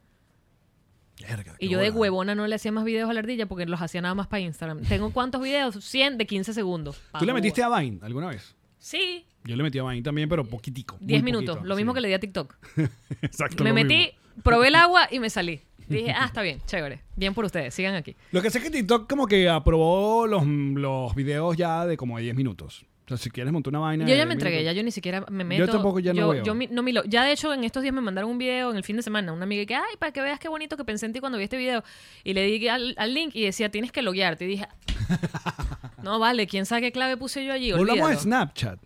Verga, Y qué yo de bola. huevona no le hacía más videos a la ardilla porque los hacía nada más para Instagram. ¿Tengo cuántos videos? 100 de 15 segundos. Pa' ¿Tú le huevo. metiste a Vine alguna vez? Sí, Yo le metí a Vine también, pero poquitico. 10 muy minutos. poquito, lo mismo sí. que le di a TikTok. Exacto. me lo metí, mismo. probé el agua y me salí. Dije, ah, está bien, chévere. Bien por ustedes, sigan aquí. Lo que sé es que TikTok como que aprobó los, los videos ya de como de 10 minutos. O sea, si quieres montar una vaina. Yo de ya me 10 entregué, ya minutos. yo ni siquiera me meto. tampoco, ya no yo, veo. yo mi- no mi lo- ya de hecho en estos días me mandaron un video en el fin de semana, una amiga que, ay, para que veas qué bonito que pensé en ti cuando vi este video. Y le di al, al link y decía, tienes que loguearte. Y dije, No, vale, quién sabe qué clave puse yo allí. Volvamos a olvídalo. Snapchat.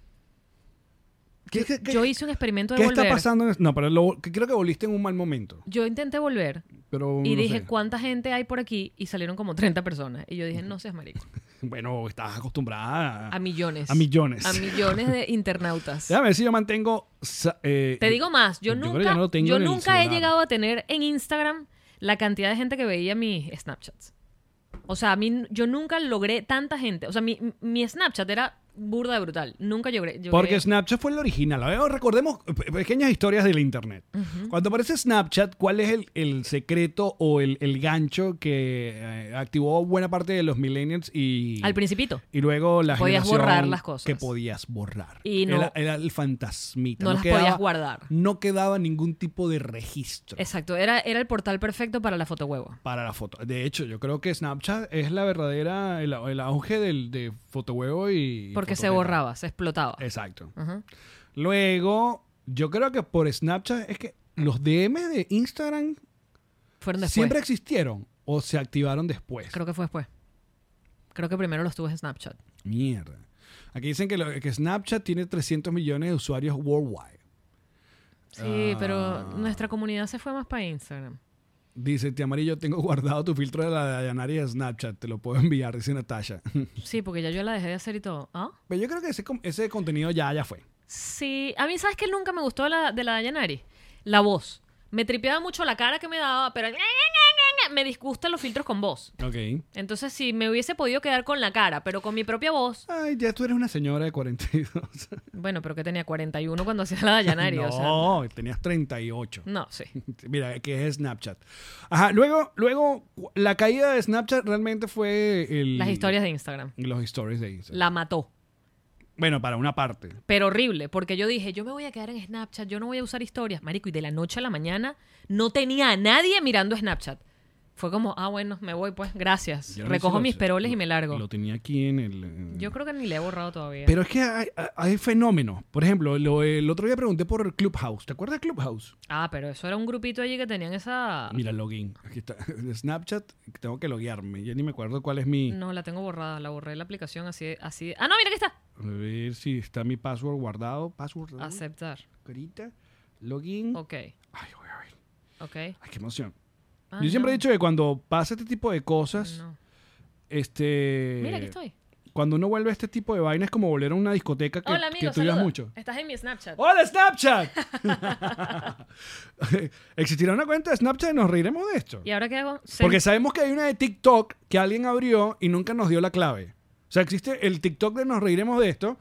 ¿Qué, qué- qué- Yo hice un experimento de qué volver. está pasando? en- No, pero lo- que creo que volviste en un mal momento. Yo intenté volver Pero y Uh, no dije, sé. ¿cuánta gente hay por aquí? Y salieron como 30 personas. Y yo dije, no seas marico. Bueno, estás acostumbrada A millones. A millones. A millones de internautas. Déjame ver si yo mantengo. sa- eh, Te digo más, yo yo creo que nunca, ya no lo tengo yo en el nunca he celular. llegado a tener en Instagram la cantidad de gente que veía mis Snapchats. O sea, a mí, yo nunca logré tanta gente. O sea, mi, mi Snapchat era burda de brutal. Nunca logré. logré- Porque Snapchat fue el original. Ahora Recordemos pe- pequeñas historias del Internet. Cuando aparece Snapchat, ¿cuál es el, el secreto o el, el gancho que eh, activó buena parte de los millennials y... al principito. Y luego la Podías generación borrar las cosas. Que podías borrar. Y no- era, era el fantasmita. no las podías guardar. No quedaba ningún tipo de registro Exacto, era, era el portal perfecto para la foto huevo. para la foto. De hecho, yo creo que Snapchat es la verdadera, el, el auge del, de fotohuevo y... Porque se fototeta. borraba, se explotaba. Exacto. Ajá. Luego, yo creo que por Snapchat es que los DM de Instagram Fueron después. siempre existieron o se activaron después. Creo que fue después. Creo que primero los tuve en Snapchat. Mierda. Aquí dicen que, lo- que Snapchat tiene 300 millones de usuarios worldwide. Sí, Ah. pero nuestra comunidad se fue más para Instagram. Dice, tía Amarillo, tengo guardado tu filtro de la Dayanari de Snapchat. Te lo puedo enviar, dice Natasha. Sí, porque ya yo la dejé de hacer y todo. ¿Ah? Pero yo creo que ese, com- ese contenido ya, ya fue. Sí, a mí sabes que nunca me gustó de la de la Dayanari, la voz. Me tripeaba mucho la cara que me daba, pero me disgustan los filtros con voz. Ok. Entonces, si me hubiese podido quedar con la cara, pero con mi propia voz. Ay, ya tú eres una señora de 42. Bueno, pero que tenía 41 cuando hacía la Dayanari, no, o sea, tenías 38. no, sí. Mira, que es Snapchat. Ajá, luego, luego, cu- la caída de Snapchat realmente fue el... Las historias de Instagram. Los stories de Instagram. La mató. Bueno, para una parte. Pero horrible, porque yo dije, yo me voy a quedar en Snapchat, yo no voy a usar historias, marico, y de la noche a la mañana no tenía a nadie mirando Snapchat. Fue como, ah, bueno, me voy, pues, gracias. Yo no sé Recojo si lo- mis peroles y me largo. Lo tenía aquí en el... Yo creo que ni le he borrado todavía. Pero es que hay, hay fenómenos. Por ejemplo, lo- el otro día pregunté por Clubhouse. ¿Te acuerdas de Clubhouse? ah, pero eso era un grupito allí que tenían esa... Mira, login. Aquí está. De Snapchat, tengo que loguearme. Ya ni me acuerdo cuál es mi. No, la tengo borrada, la borré la aplicación así... así Ah, no, mira que está. A ver si está mi password guardado. Password. ¿no? Aceptar. Ahorita. Login. Ok, Ay, voy a ver. ok. Ay, qué emoción. Ah, Yo siempre no, he dicho que cuando pasa este tipo de cosas, no. este. Mira, aquí estoy. Cuando uno vuelve a este tipo de vainas, es como volver a una discoteca que, Hola, que amigo, tú ibas saluda. mucho. Oh. Estás en mi Snapchat. ¡Hola, Snapchat! ¿Existirá una cuenta de Snapchat y nos reiremos de esto? ¿Y ahora qué hago? Se- Porque sabemos que hay una de TikTok que alguien abrió y nunca nos dio la clave. O sea, existe el TikTok de Nos Reiremos de esto.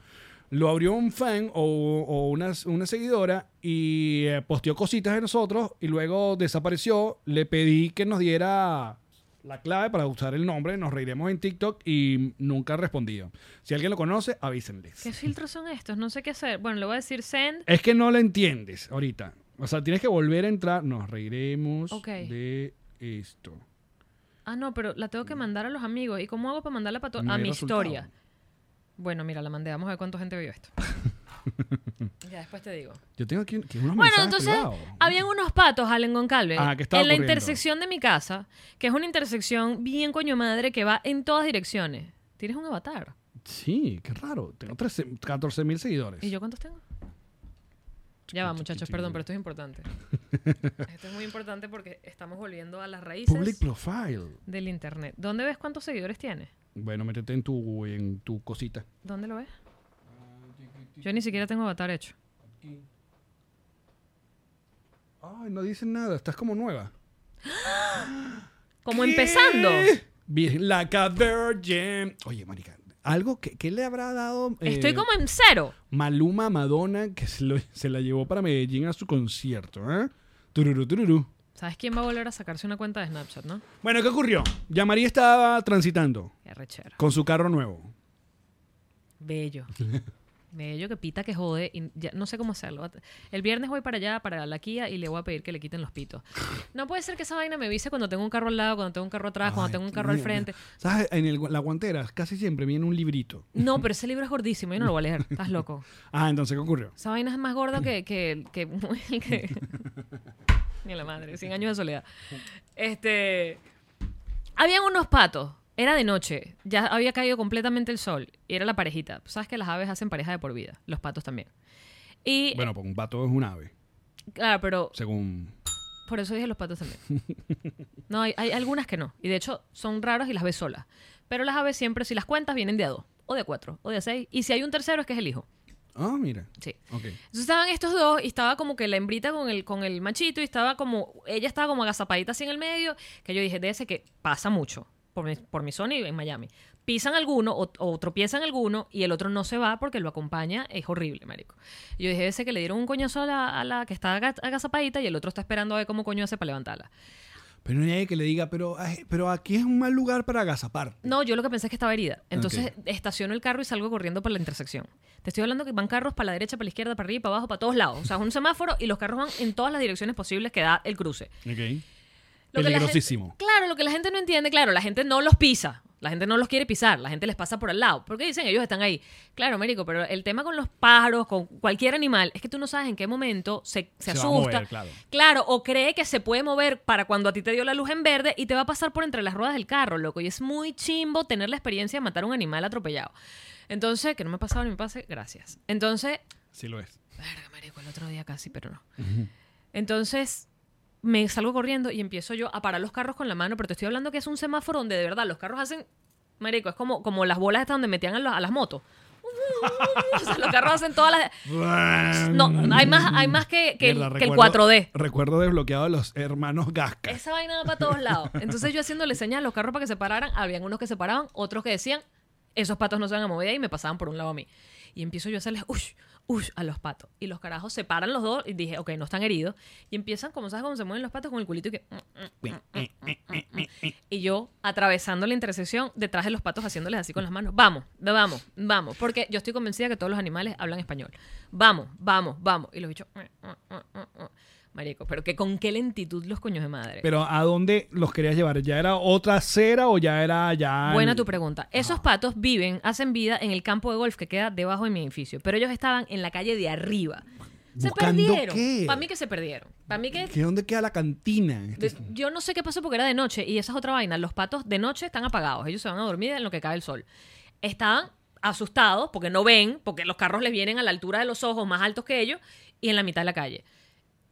Lo abrió un fan o, o una, una seguidora y eh, posteó cositas de nosotros y luego desapareció. Le pedí que nos diera la clave para usar el nombre. Nos reiremos en TikTok y nunca ha respondido. Si alguien lo conoce, avísenles. ¿Qué filtros son estos? No sé qué hacer. Bueno, le voy a decir send. Es que no lo entiendes ahorita. O sea, tienes que volver a entrar. Nos reiremos Ok. de esto. Ah, no, pero la tengo que mandar a los amigos. ¿Y cómo hago para mandarla para to- No a hay mi Mm. resultado. historia? Bueno, mira, la mandé. Vamos a ver cuánta gente vio esto. ya después te digo. Yo tengo aquí que unos Bueno, mensajes entonces privados. habían unos patos, Allen Goncalves, Ajá, ¿qué en estaba la ocurriendo? intersección de mi casa, que es una intersección bien coño madre que va en todas direcciones. Tienes un avatar. Sí, qué raro. Tengo 14 mil seguidores. ¿Y yo cuántos tengo? Ya va, muchachos, perdón, pero esto es importante. Esto es muy importante porque estamos volviendo a las raíces Public profile. del internet. ¿Dónde ves cuántos seguidores tienes? Bueno, métete en tu, en tu cosita. ¿Dónde lo ves? Yo ni siquiera tengo avatar hecho. Ay, no dicen nada. Estás como nueva. Como ¿Qué? empezando. Bien, like a virgin. Oye, marica, algo que, que le habrá dado... eh, Estoy como en cero. Maluma a Madonna, que se, lo- se la llevó para Medellín a su concierto, ¿eh? Tururú, tururú. ¿Sabes quién va a volver a sacarse una cuenta de Snapchat, no? Bueno, ¿qué ocurrió? Ya María estaba transitando Qué arrechera. con su carro nuevo. Bello. Bello que pita que jode. y ya no sé cómo hacerlo. El viernes voy para allá, para la Kia, y le voy a pedir que le quiten los pitos. No puede ser que esa vaina me avise cuando tengo un carro al lado, cuando tengo un carro atrás, Ay, Ah, cuando tengo un carro al mira, frente. ¿Sabes? En el gu- la guantera casi siempre viene un librito. No, pero ese libro es gordísimo. Yo no lo voy a leer. Estás loco. Ah, entonces, ¿qué ocurrió? Esa vaina es más gorda que... que, que, que- ni la madre, 100 años de soledad. Este... Habían unos patos Era de noche, ya había caído completamente el sol y era la parejita. Sabes que las aves hacen pareja de por vida, los patos también. Y Bueno, porque un pato es un ave, claro, pero según... por eso dije los patos también. No, hay, hay algunas que no. Y de hecho son raras y las ves solas. Pero las aves siempre, si las cuentas, vienen de a dos, o de a cuatro, o de a seis. Y si hay un tercero es que es el hijo. Ah, mira. Sí. Ok. Entonces estaban estos dos y estaba como que la hembrita con el, con el machito y estaba como, ella estaba como agazapadita así en el medio, que yo dije, de ese que pasa mucho por mi, por mi zona y en Miami. Pisan alguno o, o tropiezan alguno y el otro no se va porque lo acompaña, es horrible, marico. Y Yo dije, ese que le dieron un coñazo a la, a la que está aga- agazapadita y el otro está esperando a ver cómo coño hace para levantarla. Pero no hay nadie que le diga, pero, ay, pero aquí es un mal lugar para agazapar. No, yo lo que pensé es que estaba herida. Entonces estaciono el carro y salgo corriendo para la intersección. Te estoy hablando que van carros para la derecha, para la izquierda, para arriba, y para abajo, para todos lados. O sea, es un semáforo y los carros van en todas las direcciones posibles que da el cruce. Ok. Lo que la gente- Peligrosísimo. claro, lo que la gente no entiende, claro, la gente no los pisa. La gente no los quiere pisar, la gente les pasa por al lado. Porque dicen, ellos están ahí. Claro, Américo, pero el tema con los pájaros, con cualquier animal, es que tú no sabes en qué momento se, Se se va a asusta. mover, claro. Claro, o cree que se puede mover para cuando a ti te dio la luz en verde y te va a pasar por entre las ruedas del carro, loco. Y es muy chimbo tener la experiencia de matar a un animal atropellado. Entonces, que no me ha pasado ni me pase, gracias. Entonces, Sí lo es. Verga, marico, el otro día casi, pero no. Entonces, me salgo corriendo y empiezo yo a parar los carros con la mano, pero te estoy hablando que es un semáforo donde de verdad los carros hacen. Marico, es como, como las bolas estas donde metían a, los- a las motos. Uh, o sea, los carros hacen todas las. No, hay más, hay más que, que el- Mierda, que el recuerdo- 4D. Recuerdo desbloqueado a los hermanos Gasca. Esa vaina va para todos lados. Entonces yo haciéndole señas a los carros para que se pararan, habían unos que se paraban, otros que decían, esos patos no se van a mover de ahí", y me pasaban por un lado a mí. Y empiezo yo a hacerles, ush, ush, a los patos. Y los carajos se paran los dos y dije, ok, no están heridos. Y empiezan, como sabes, cómo se mueven los patos con el culito y que... "Mm, mm, mm, mm, mm, mm, mm". Y yo atravesando la intersección detrás de los patos haciéndoles así con las manos. Vamos, vamos, vamos. Porque yo estoy convencida que todos los animales hablan español. Vamos, vamos, vamos. Y los bichos... "Mm, mm, mm, mm, mm". Marico, pero que con qué lentitud los coños de madre. Pero ¿a dónde los querías llevar? ¿Ya era otra acera o ya era ya... en- Buena tu pregunta. Esos patos viven, hacen vida en el campo de golf que queda debajo de mi edificio, pero ellos estaban en la calle de arriba. Se ¿Buscando perdieron. qué? Para mí que se perdieron. Para mí que ¿Que ¿Dónde queda la cantina? este de- yo no sé qué pasó porque era de noche y esa es otra vaina. Los patos de noche están apagados, ellos se van a dormir en lo que cae el sol. Estaban asustados porque no ven, porque los carros les vienen a la altura de los ojos, más altos que ellos, y en la mitad de la calle.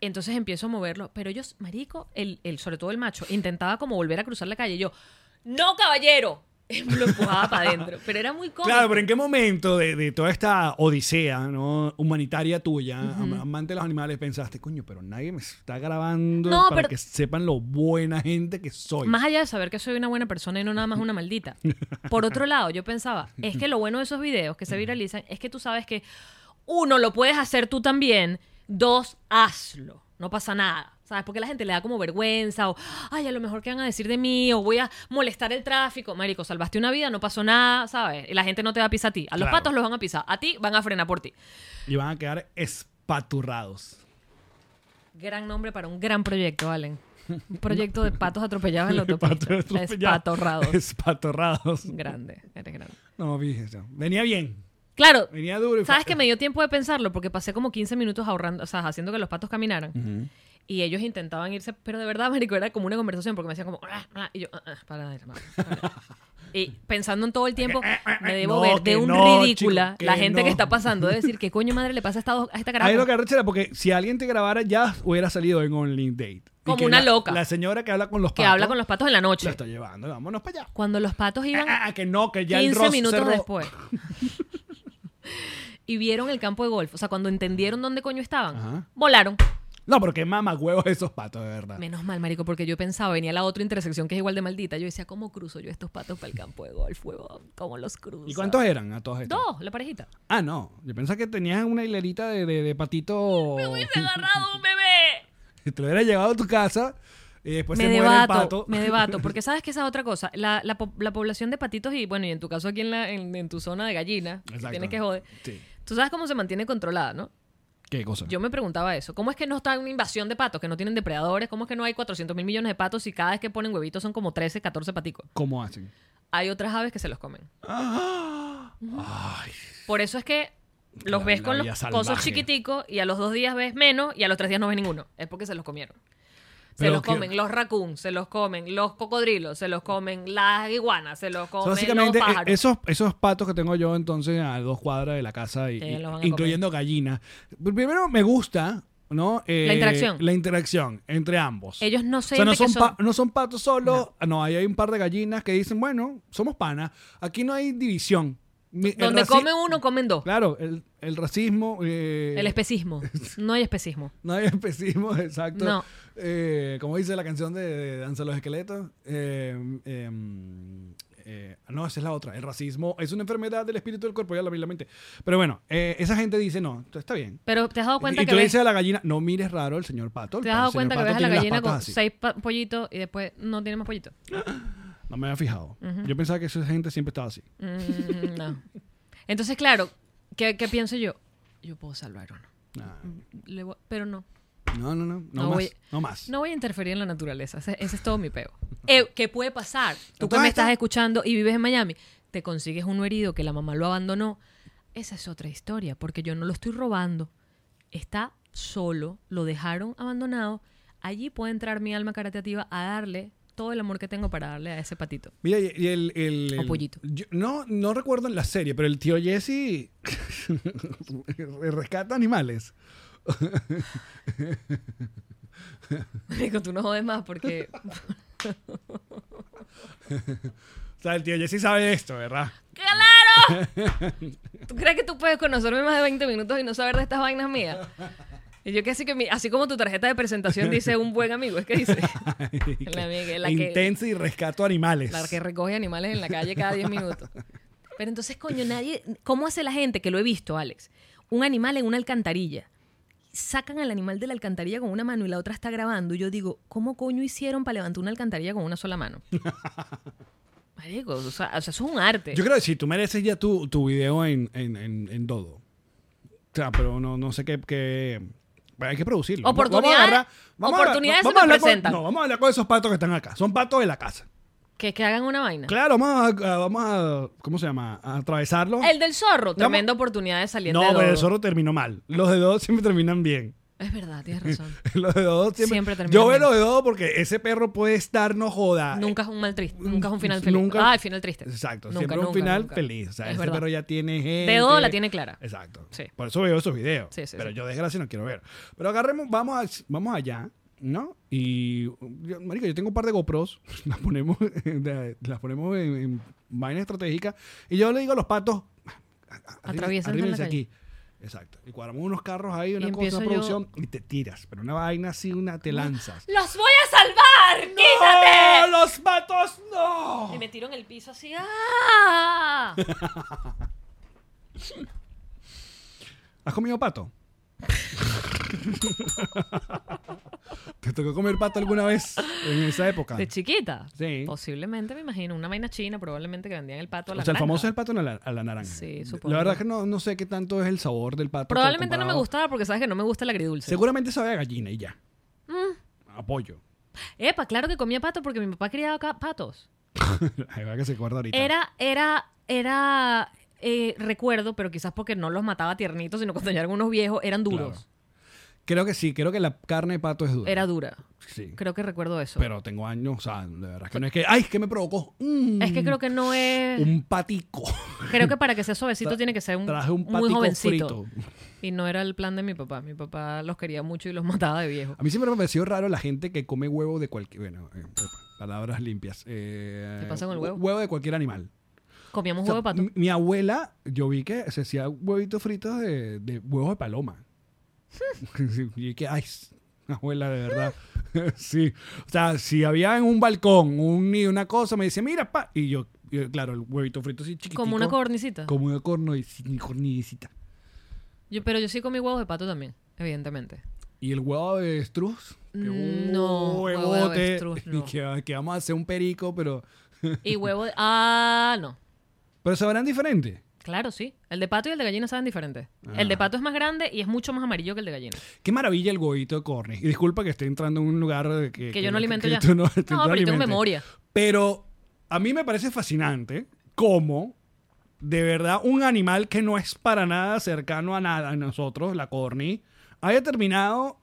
Entonces empiezo a moverlo, pero ellos, marico, el, el- sobre todo el macho, intentaba como volver a cruzar la calle. Y yo, no, caballero. Y Lo empujaba para adentro, pero era muy cómodo. Claro, pero ¿en qué momento de, de toda esta odisea ¿no? humanitaria tuya, am- amante de los animales, pensaste, coño, pero nadie me está grabando No, para pero- que sepan lo buena gente que soy? Más allá de saber que soy una buena persona y no nada más una maldita. Por otro lado, yo pensaba, es que lo bueno de esos videos que se viralizan es que tú sabes que, uno, lo puedes hacer tú también, dos, hazlo, no pasa nada. ¿Sabes? Porque la gente le da como vergüenza o, ay, a lo mejor qué van a decir de mí o voy a molestar el tráfico. Marico, salvaste una vida, no pasó nada, ¿sabes? Y la gente no te va a pisar a ti. A los Claro. patos los van a pisar, a ti van a frenar por ti. Y van a quedar espaturrados. Gran nombre para un gran proyecto, Allen. Un proyecto de patos atropellados en la Patos autopista. atropellados. Espatorrados. Espatorrados. Grande, eres grande. No, fíjense. Venía bien. Claro, Venía duro. Y ¿sabes que que me dio tiempo de pensarlo? Porque pasé como 15 minutos ahorrando, o sea, haciendo que los patos caminaran. Mm. Y ellos intentaban irse, pero de verdad, marico, era como una conversación porque me decían como... "Ah, ah", y yo, "Ah, ah, para, hermano, para". Y pensando en todo el tiempo, me debo "Ah, No, ver que de un no, ridícula chico, que la gente no. que está pasando. De decir, ¿qué coño madre le pasa a esta, do- a este esta caraja? Ahí lo que arrechera, porque si alguien te grabara ya hubiera salido en Only Date. Y Como que una la- loca. La señora que habla con los Que patos, habla con los patos en la La noche. está llevando, vámonos para allá. Cuando los patos iban... Ah, ah, que no, que ya el 15 Ross minutos cerró. después. y vieron el campo de golf. O sea, cuando entendieron dónde coño estaban, Ajá. volaron. No, porque mama huevos esos patos, de verdad. Menos mal, marico, porque yo pensaba, venía la otra intersección que es igual de maldita. Yo decía, ¿cómo cruzo yo estos patos para el campo de golf, huevón? ¿Cómo los cruzo? ¿Y cuántos eran a todos estos? Dos, la parejita. Ah, no. Yo pensaba que tenías una hilerita de, de, de patito. ¡Hubiese agarrado un bebé! Si te lo hubiera llevado a tu casa y después me Pues se muere el debato, pato. me debato, porque sabes que esa es otra cosa. La, la po- la población de patitos, y bueno, y en tu caso aquí en, la, en, en tu zona de gallina, que Exacto. tienes que joder. Sí. Tú sabes cómo se mantiene controlada, ¿no? ¿Qué cosa? Yo me preguntaba eso. ¿Cómo es que no está una invasión de patos, que no tienen depredadores? ¿Cómo es que no hay 400 mil millones de patos y cada vez que ponen huevitos son como 13, 14 paticos? ¿Cómo hacen? Hay otras aves que se los comen. ¡Ah! Ay, Por eso es que los La- ves la con vida los salvaje. cosos chiquiticos y a los dos días ves menos y a los tres días no ves ninguno. Es porque se los comieron. Se Pero los que- comen los raccoons, se los comen los cocodrilos, se los comen las iguanas, se los O comen sea, básicamente, los eh, pájaros. esos, esos patos que tengo yo entonces a dos cuadras de la casa, y, Que ya los van a incluyendo gallinas. Primero me gusta, ¿no? Eh, La interacción. La interacción entre ambos. Ellos no se O sea, no dicen son, que pa- no son patos solos, no. ahí hay un par de gallinas que dicen, bueno, somos panas, aquí no hay división. Mi- el Donde raci- comen uno, comen dos. Claro, el, el racismo... eh, El especismo. No hay especismo. no hay especismo, exacto. No. Eh, como dice la canción de, de Danza de los Esqueletos. Eh, em, eh, no, esa es la otra. El racismo es una enfermedad del espíritu, del cuerpo y de la mente. Pero bueno, eh, esa gente dice, no, esto está bien. Pero te has dado cuenta y que tú le ves- dices a la gallina, no mires raro el señor Pato. el ¿Te has dado señor cuenta que Pato ves a la tiene las gallina patas con así". seis pa- pollitos y después no tiene más pollitos? No me había fijado. Yo pensaba que esa gente siempre estaba así. Mm, no. Entonces, claro, ¿qué, qué pienso yo? Yo puedo salvar uno. Nah. Le voy- pero no. No, no, no. No, No más. voy- No más. No voy a interferir en la naturaleza. Ese, ese es todo mi peo. Eh, ¿Qué puede pasar? Tú que Entonces, me estás está- escuchando y vives en Miami, te consigues uno herido que la mamá lo abandonó. Esa es otra historia, porque yo no lo estoy robando. Está solo, lo dejaron abandonado. Allí puede entrar mi alma caritativa a darle todo el amor que tengo para darle a ese patito. Mira, y y el... el, O el- pollito. yo- no, no recuerdo en la serie, pero el tío Jesse rescata animales. Marico, tú no jodes más porque O sea, el tío Jesse sabe de esto, ¿verdad? ¡Claro! ¿Tú crees que tú puedes conocerme más de 20 minutos y no saber de estas vainas mías? Y yo que así que mi- así como tu tarjeta de presentación dice un buen amigo, es que dice La amiga, la que- E Intensa y rescato animales. la que recoge animales en la calle cada 10 minutos. Pero entonces, coño, nadie, ¿cómo hace la gente que lo he visto, Alex? Un animal en una alcantarilla. Sacan al animal de la alcantarilla con una mano y la otra está grabando. Y yo digo, ¿cómo coño hicieron para levantar una alcantarilla con una sola mano? Marico, o sea, o sea, eso es un arte. Yo creo que si tú mereces ya tu, tu video en, en, en, en todo. O sea, pero no, no sé qué... qué- bueno, hay que producirlo. Vamos- vamos a Oportunidades- agarrar- vamos a hablar- oportunidades se vamos a nos hablar con- presentan. No, vamos a hablar con esos patos que están acá. Son patos de la casa. Que, que hagan una vaina. Claro, vamos a, a- vamos a... ¿Cómo se llama? A atravesarlo. El del zorro, Vamos. tremenda oportunidad de salir No, de pero el Dodo. zorro terminó mal. Los de Dodo siempre terminan bien. Es verdad, tienes Ah, razón. Los de Dodo siempre, Siempre terminan Yo veo bien. los de Dodo porque ese perro puede estar no joda. nunca es un mal triste, Mm, nunca es un final feliz. nunca- ah, el final triste. Exacto, Nunca, siempre un nunca, final nunca. feliz. O sea, Es ese verdad. perro ya tiene gente. De Dodo la tiene clara. Exacto. Ah. Sí. Por eso veo esos videos. Sí, sí, pero sí. yo desgracia no quiero ver. Pero agarremos, vamos, a- vamos allá, ¿no? Y, yo, marico, yo tengo un par de GoPros, las ponemos, de- las ponemos en, en vaina estratégica y yo le digo a los patos, Atraviesan en la arrímense calle. aquí. Exacto. Y cuadramos unos carros ahí, una Y cosa, empiezo una yo- producción, y te tiras. Pero una vaina así, una te lanzas. ¡Los voy a salvar! ¡No! ¡Quítate! ¡Los patos no! Y me tiro en el piso así. ¡Ah! ¿Has comido pato? ¿Te tocó comer pato alguna vez en esa época? De chiquita. Sí. Posiblemente, me imagino. Una vaina china, probablemente que vendían el pato a la O sea, el granja. famoso es el pato a la, a la naranja. Sí, supongo. La verdad que no, no sé qué tanto es el sabor del pato. Probablemente no me comparado- gustaba porque sabes que no me gusta el agridulce. Seguramente sabe a gallina y ya. Mm. Apoyo. Epa, claro que comía pato porque mi papá criaba ca- patos. La verdad que se acuerda ahorita. Era, era, era, eh, recuerdo, pero quizás porque no los mataba tiernitos, sino cuando ya eran unos viejos, eran duros. Creo que sí, creo que la carne de pato es dura. Era dura. Sí. Creo que recuerdo eso. Pero tengo años, o sea, de verdad que no es que. ¡Ay, es que me provocó! Mm, es que creo que no es. Un patico. creo que para que sea suavecito Tra- tiene que ser un, Traje un muy patico jovencito. frito. Y no era el plan de mi papá. Mi papá los quería mucho y los mataba de viejo. A mí siempre me ha parecido raro la gente que come huevo de cualquier. Bueno, eh, opa, palabras limpias. Eh, ¿Qué pasa con el huevo? Huevo de cualquier animal. Comíamos O sea, huevo de pato. mi, mi abuela, yo vi que se hacía huevitos fritos de, de huevos de paloma. y que, ay, s- abuela, de verdad. sí. O sea, si había en un balcón un nido, una cosa, me decía, mira, pa. Y yo, y claro, el huevito frito así chiquitico. Como una cornicita. Como una cornoici- cornidicita. Yo, pero yo sí comí huevos de pato también, evidentemente. ¿Y el huevo de avestruz? Que un Mm, No, huevo de huevote. avestruz, no. Y que, que vamos a hacer un perico, pero... Y huevo de... Ah, no. Pero sabrán diferente. Claro, sí. El de pato y el de gallina saben diferentes. El Ah. de pato es más grande y es mucho más amarillo que el de gallina. Qué maravilla el huevito de corny. Y disculpa que esté entrando en un lugar de que... Que yo no alimento ya. tú No, que tú pero yo tengo alimentes. memoria. Pero a mí me parece fascinante cómo, de verdad, un animal que no es para nada cercano a nada a nosotros, la corny, haya terminado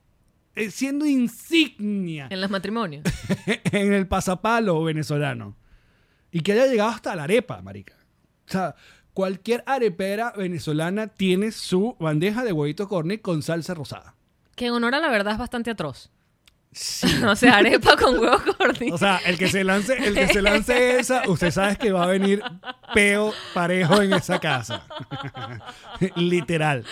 eh, siendo insignia En los matrimonios. en el pasapalo venezolano. Y que haya llegado hasta la arepa, marica. O sea, cualquier arepera venezolana tiene su bandeja de huevito cornet con salsa rosada. Que en honor a la verdad es bastante atroz. o sea, arepa con huevo corti. O sea, el que se lance, el que se lance esa, usted sabe que va a venir peo parejo en esa casa. Literal.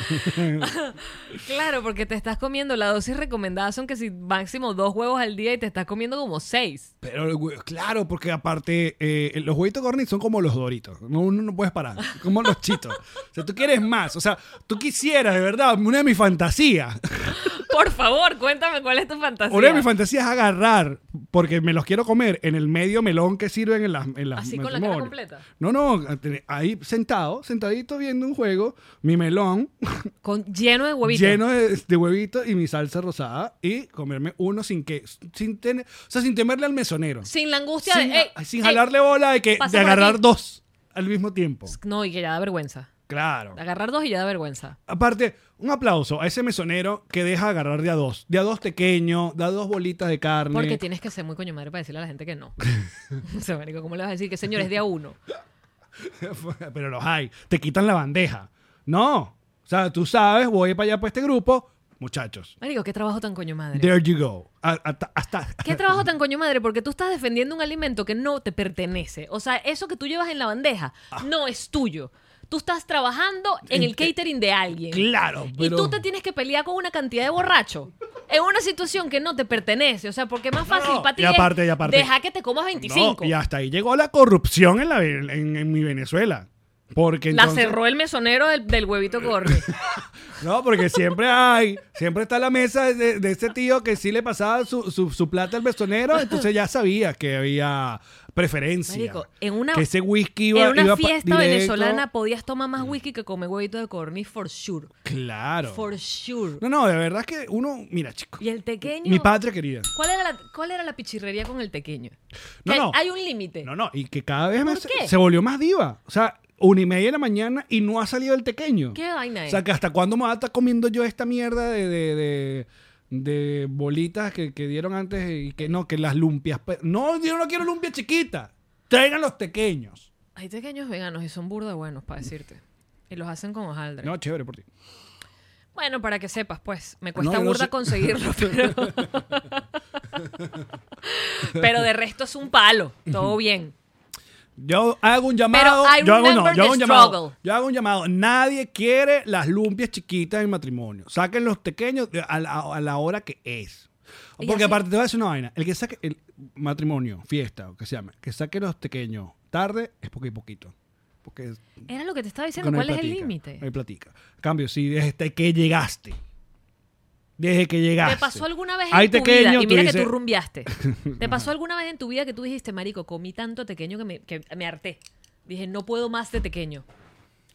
claro, porque te estás comiendo, la dosis recomendada son que si máximo dos huevos al día y te estás comiendo como seis. Pero el hue- claro, porque aparte, eh, los huevitos cornit son como los doritos. No, uno no puedes parar. Como los chitos. O sea, tú quieres más. O sea, tú quisieras, de verdad, una de mis fantasías. Por favor, cuéntame cuál es tu fantasía. Una de mis fantasías es agarrar, porque me los quiero comer, en el medio melón que sirven en las. En las Así con la cara matrimonios. completa. No, no, ten- ahí sentado, sentadito viendo un juego, mi melón Con, lleno de huevitos. lleno de, de huevitos y mi salsa rosada y comerme uno sin que. Sin tener, o sea, sin temerle al mesonero. Sin la angustia sin, de. ey, sin ey. jalarle bola de, que, eh, pasa de por agarrar aquí. dos al mismo tiempo. No, y que ya da vergüenza. Claro. Agarrar dos y ya da vergüenza. Aparte, un aplauso a ese mesonero que deja agarrar de a dos. De a dos pequeño, de a dos bolitas de carne. Porque tienes que ser muy coño madre para decirle a la gente que no. o sea, marico, ¿cómo le vas a decir que señores de a uno? Pero los hay. Te quitan la bandeja. No. O sea, tú sabes, voy para allá para este grupo. Muchachos, Marico, qué trabajo tan coño madre. there you go. A- Hasta. hasta- ¿Qué trabajo tan coño madre? Porque tú estás defendiendo un alimento que no te pertenece. O sea, eso que tú llevas en la bandeja no es tuyo. Tú estás trabajando en el catering de alguien. Claro, pero. Y tú te tienes que pelear con una cantidad de borrachos en una situación que no te pertenece. O sea, porque es más fácil no. para ti Y es aparte, y aparte. deja que te comas No, 25. y hasta ahí llegó la corrupción en, la, ve- en, en mi Venezuela. Porque La entonces- cerró el mesonero del, del huevito corre. No, porque siempre hay, siempre está la mesa de, de ese tío que sí le pasaba su, su, su plata al besonero, entonces ya sabía que había preferencia. Marico, en una- que ese whisky iba, En una iba pa- fiesta directo. Mm. venezolana podías tomar más whisky que comer huevito de corny, for sure. Claro. For sure. No, no, de verdad es que uno, mira, chico. Y el pequeño. Mi patria querida. ¿Cuál era la, cuál era la pichirrería con el pequeño? No, Que hay- no. Hay un límite. No, no, y que cada vez más qué? se volvió más diva. O sea, una y media de la mañana y no ha salido el pequeño. ¿Qué vaina O es? sea, que hasta cuándo me voy a estar comiendo yo esta mierda de, de, de- de bolitas que, que dieron antes y que no, que las lumpias. pe- No, yo no quiero lumpias chiquitas. Traigan los pequeños. Hay pequeños veganos y son burda buenos, para decirte. Y los hacen con hojaldre. No, chévere por ti. Bueno, para que sepas, pues, me cuesta yo no burda sé. conseguirlo, pero... pero de resto es un palo, todo bien. Yo hago un llamado. I yo, hago, no, remember yo hago the un llamado. struggle. Yo hago un llamado. Nadie quiere las lumpias chiquitas en matrimonio. Saquen los pequeños de- a la, a la hora que es. Y Porque así- aparte te voy a decir una vaina. El que saque el matrimonio, fiesta, o que se llame, que saque los pequeños tarde es porque hay poquito. Porque es- Era lo que te estaba porque diciendo, no hay ¿cuál es el platica, No hay límite? platica. En cambio, si desde que llegaste. Desde que llegaste. ¿Te pasó alguna vez Ah, hay en tu tequeño, vida? Y mira que dices, tú rumbiaste. ¿Te pasó alguna vez en tu vida que tú dijiste, marico, comí tanto tequeño que me, que me harté? Dije, no puedo más de tequeño.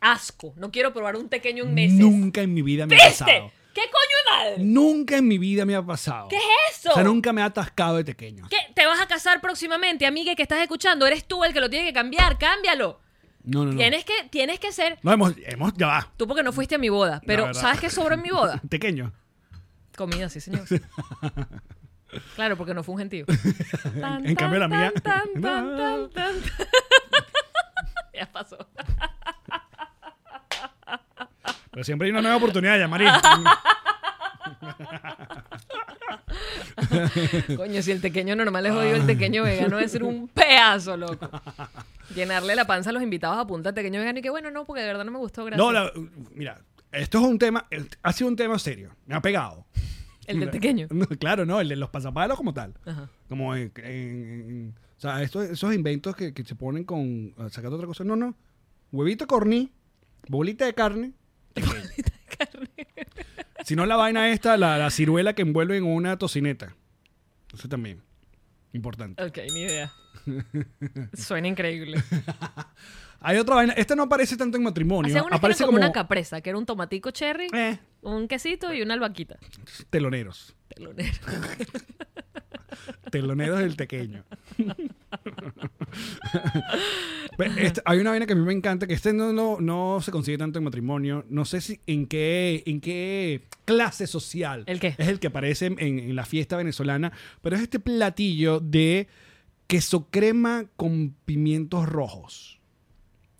Asco, no quiero probar un tequeño en meses. Nunca en mi vida me ha pasado. ¿Viste? ¿Qué coño de madre? Nunca en mi vida me ha pasado. ¿Qué es eso? O sea, nunca me ha atascado de pequeño. ¿Qué? ¿Te vas a casar próximamente, amiga que estás escuchando? Eres tú el que lo tiene que cambiar, cámbialo. No, no, no. Tienes, que, tienes que ser... No, hemos, hemos, ya va, Tú porque no fuiste a mi boda, pero verdad. ¿sabes qué sobró en mi boda? pequeño. Comida, sí, señor. Claro, porque no fue un gentío. en cambio la mía- tan, tan, tan, tan, tan. ya pasó. Pero siempre hay una nueva oportunidad de llamar. Ah, Coño, si el tequeño normal es jodido, el tequeño vegano es ser un pedazo, loco. Llenarle la panza a los invitados a punta de tequeño vegano y que bueno, no, porque de verdad no me gustó, gracias. No, la- mira, esto es un tema, ha sido un tema serio. Me ha pegado. El del tequeño. No, claro, no, el de los pasapalos como tal. Ajá. Como en, en- en- o sea, esto- esos inventos que, que se ponen con ah, sacando otra cosa. No, no. Huevito corní, bolita de carne. Si no la vaina esta, la, la ciruela que envuelven en una tocineta. Eso también. Importante. Ok, ni idea. Suena increíble. Hay otra vaina. Esta no aparece tanto en matrimonio. Hacían una aparece como, como, una capresa, que era un tomatico cherry, eh, un quesito y una albaquita. teloneros. Telonero. Teloneros del tequeño. Ve, esta- hay una vaina que a mí me encanta, que este no, no, no se consigue tanto en matrimonio. No sé si en qué, en qué clase social. ¿El qué? Es el que aparece en, en la fiesta venezolana. Pero es este platillo de queso crema con pimientos rojos.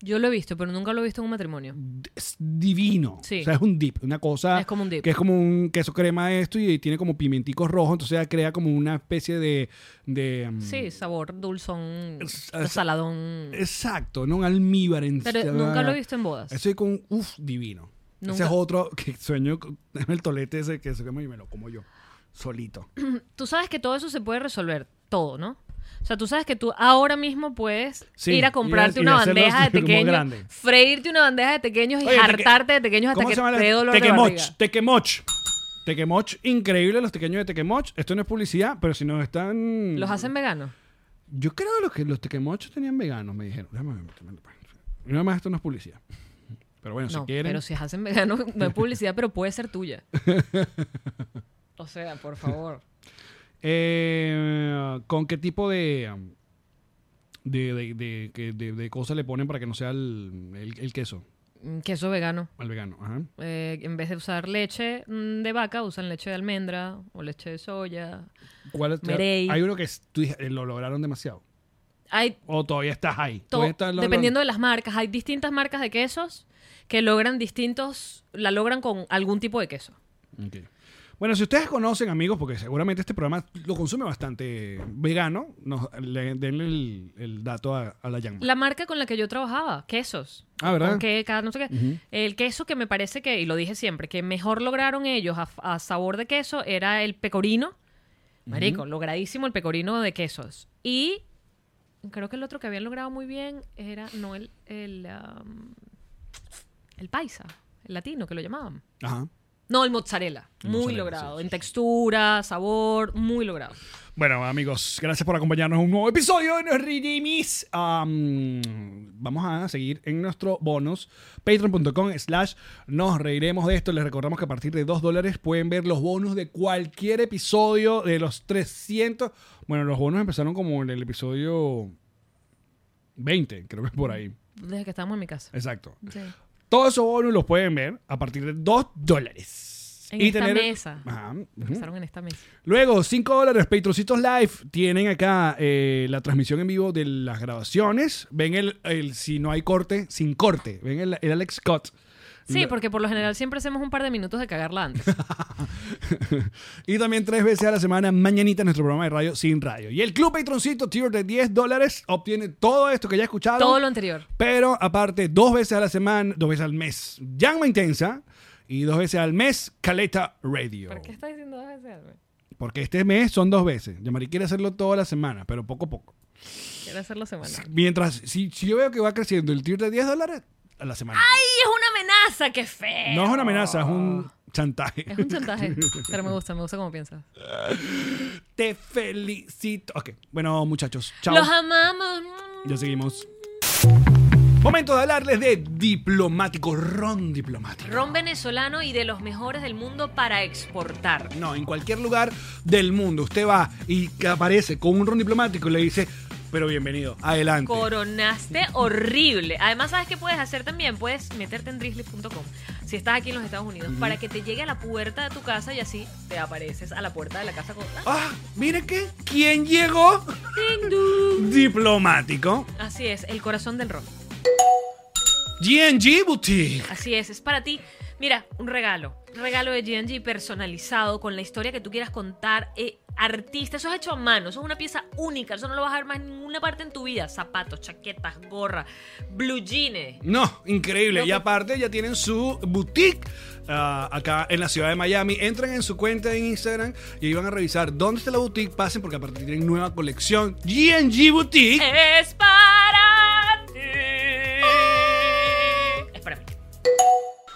Yo lo he visto, pero nunca lo he visto en un matrimonio. Es divino. Sí. O sea, es un dip, una cosa. Es como un dip. Que es como un queso crema esto y tiene como pimienticos rojos. Entonces ya crea como una especie de. de, mm, Sí, sabor dulzón, Es- es- saladón. Exacto, ¿no? Un almíbar en pero nunca lo he visto en bodas. Estoy con uff, divino. Ese Nunca. es otro que sueño con el tolete ese que se quema y me lo como yo. Solito. Tú sabes que todo eso se puede resolver, todo, ¿no? O sea, tú sabes que tú ahora mismo puedes Sí, ir a comprarte y- y una hacerlo bandeja de como tequeños, grande. freírte una bandeja de tequeños y Oye, teque- hartarte de tequeños hasta que te dé dolor de Tequemoch, barriga. tequemoch. Tequemoch, increíble los tequeños de tequemoch. Esto no es publicidad, pero si no están. ¿Los hacen veganos? Yo creo los que los tequemochos tenían veganos, me dijeron. Déjame ver, déjame ver. Nada más esto no es publicidad. Pero bueno, No, si quieren. pero si hacen veganos no es publicidad, pero puede ser tuya. O sea, por favor. Eh, ¿Con qué tipo de de, de, de, que- de- de cosas le ponen para que no sea el, el- el queso Mm, Queso vegano. al vegano? Ajá. Eh, en vez de usar leche mm, de vaca, usan leche de almendra o leche de soya. ¿Cuál es- Merey. Hay uno que es- tú dij- eh, lo lograron demasiado. Hay O todavía estás ahí. to- Todavía estás lo- lo- dependiendo de las marcas, hay distintas marcas de quesos que logran distintos, la logran con algún tipo de queso. Ok. Bueno, si ustedes conocen, amigos, porque seguramente este programa lo consume bastante vegano, nos, le- denle el, el dato a, a la Yang. La marca con la que yo trabajaba, quesos. Ah, ¿verdad? Con que- cada- no sé qué. El queso que me parece que, y lo dije siempre, que mejor lograron ellos a, a sabor de queso era el pecorino. Marico, logradísimo el pecorino de quesos. Y creo que el otro que habían logrado muy bien era, no, el, el, am, el paisa, el latino que lo llamaban. Ajá. No, el mozzarella. El muy mozzarella, logrado. sí, En textura, sabor, muy logrado. Bueno, amigos, gracias por acompañarnos en un nuevo episodio de Nos Redimis. Am, vamos a seguir en nuestro bonus, patreon.com slash nos reiremos de esto. Les recordamos que a partir de 2 dólares pueden ver los bonus de cualquier episodio de los 300. Bueno, los bonus empezaron como en el episodio 20, creo que es por ahí. Desde que estábamos en mi casa. Exacto. Sí. Todos esos bonus los pueden ver a partir de 2 dólares. En esta mesa. Ajá, ujú. Empezaron en esta mesa. Luego, 5 dólares, Petrocitos Live. Tienen acá eh, la transmisión en vivo de las grabaciones. Ven el, el- si no hay corte, sin corte. Ven el, el Alex Scott. Sí, Lo- porque por lo general siempre hacemos un par de minutos de cagarla antes. Y también tres veces a la semana, mañanita, nuestro programa de radio sin radio. Y el Club Patroncito, tier de 10 dólares, obtiene todo esto que ya escucharon. Todo lo anterior. Pero aparte, dos veces a la semana, dos veces al mes, Llama Intensa. Y dos veces al mes, Caleta Radio. ¿Por qué estás diciendo dos veces Albert? Porque este mes son dos veces. Yamari quiere hacerlo toda la semana, pero poco a poco. Quiero hacerlo semanal. Mientras, si, si yo veo que va creciendo el tier de 10 dólares a la semana. ¡Ay, es una amenaza! ¡Qué feo! No es una amenaza, es un chantaje. Es un chantaje. Pero me gusta, me gusta como piensas. Te felicito. Ok, bueno, muchachos, chao. ¡Los amamos! Mm. Ya seguimos. Momento de hablarles de diplomático, ron diplomático. Ron venezolano y de los mejores del mundo para exportar. No, en cualquier lugar del mundo. Usted va y que aparece con un ron diplomático y le dice, pero bienvenido, adelante. Coronaste horrible. Además, ¿sabes qué puedes hacer también? Puedes meterte en drizzly.com si estás aquí en los Estados Unidos para que te llegue a la puerta de tu casa y así te apareces a la puerta de la casa con... ¡Ah! Ah, mire que, ¿quién llegó? ¡Ding, dong! Diplomático. Así es, el corazón del ron. GNG Boutique. Así es, es para ti. Mira, un regalo. Un regalo de GNG personalizado con la historia que tú quieras contar. eh, artista, eso es hecho a mano, eso es una pieza única, eso no lo vas a ver más en ninguna parte en tu vida. Zapatos, chaquetas, gorra, blue jeans. No, increíble. Loco. Y aparte ya tienen su boutique ah, acá en la ciudad de Miami. Entren en su cuenta en Instagram y ahí van a revisar dónde está la boutique. Pasen porque aparte tienen nueva colección. GNG Boutique. Es para ti. Es para mí.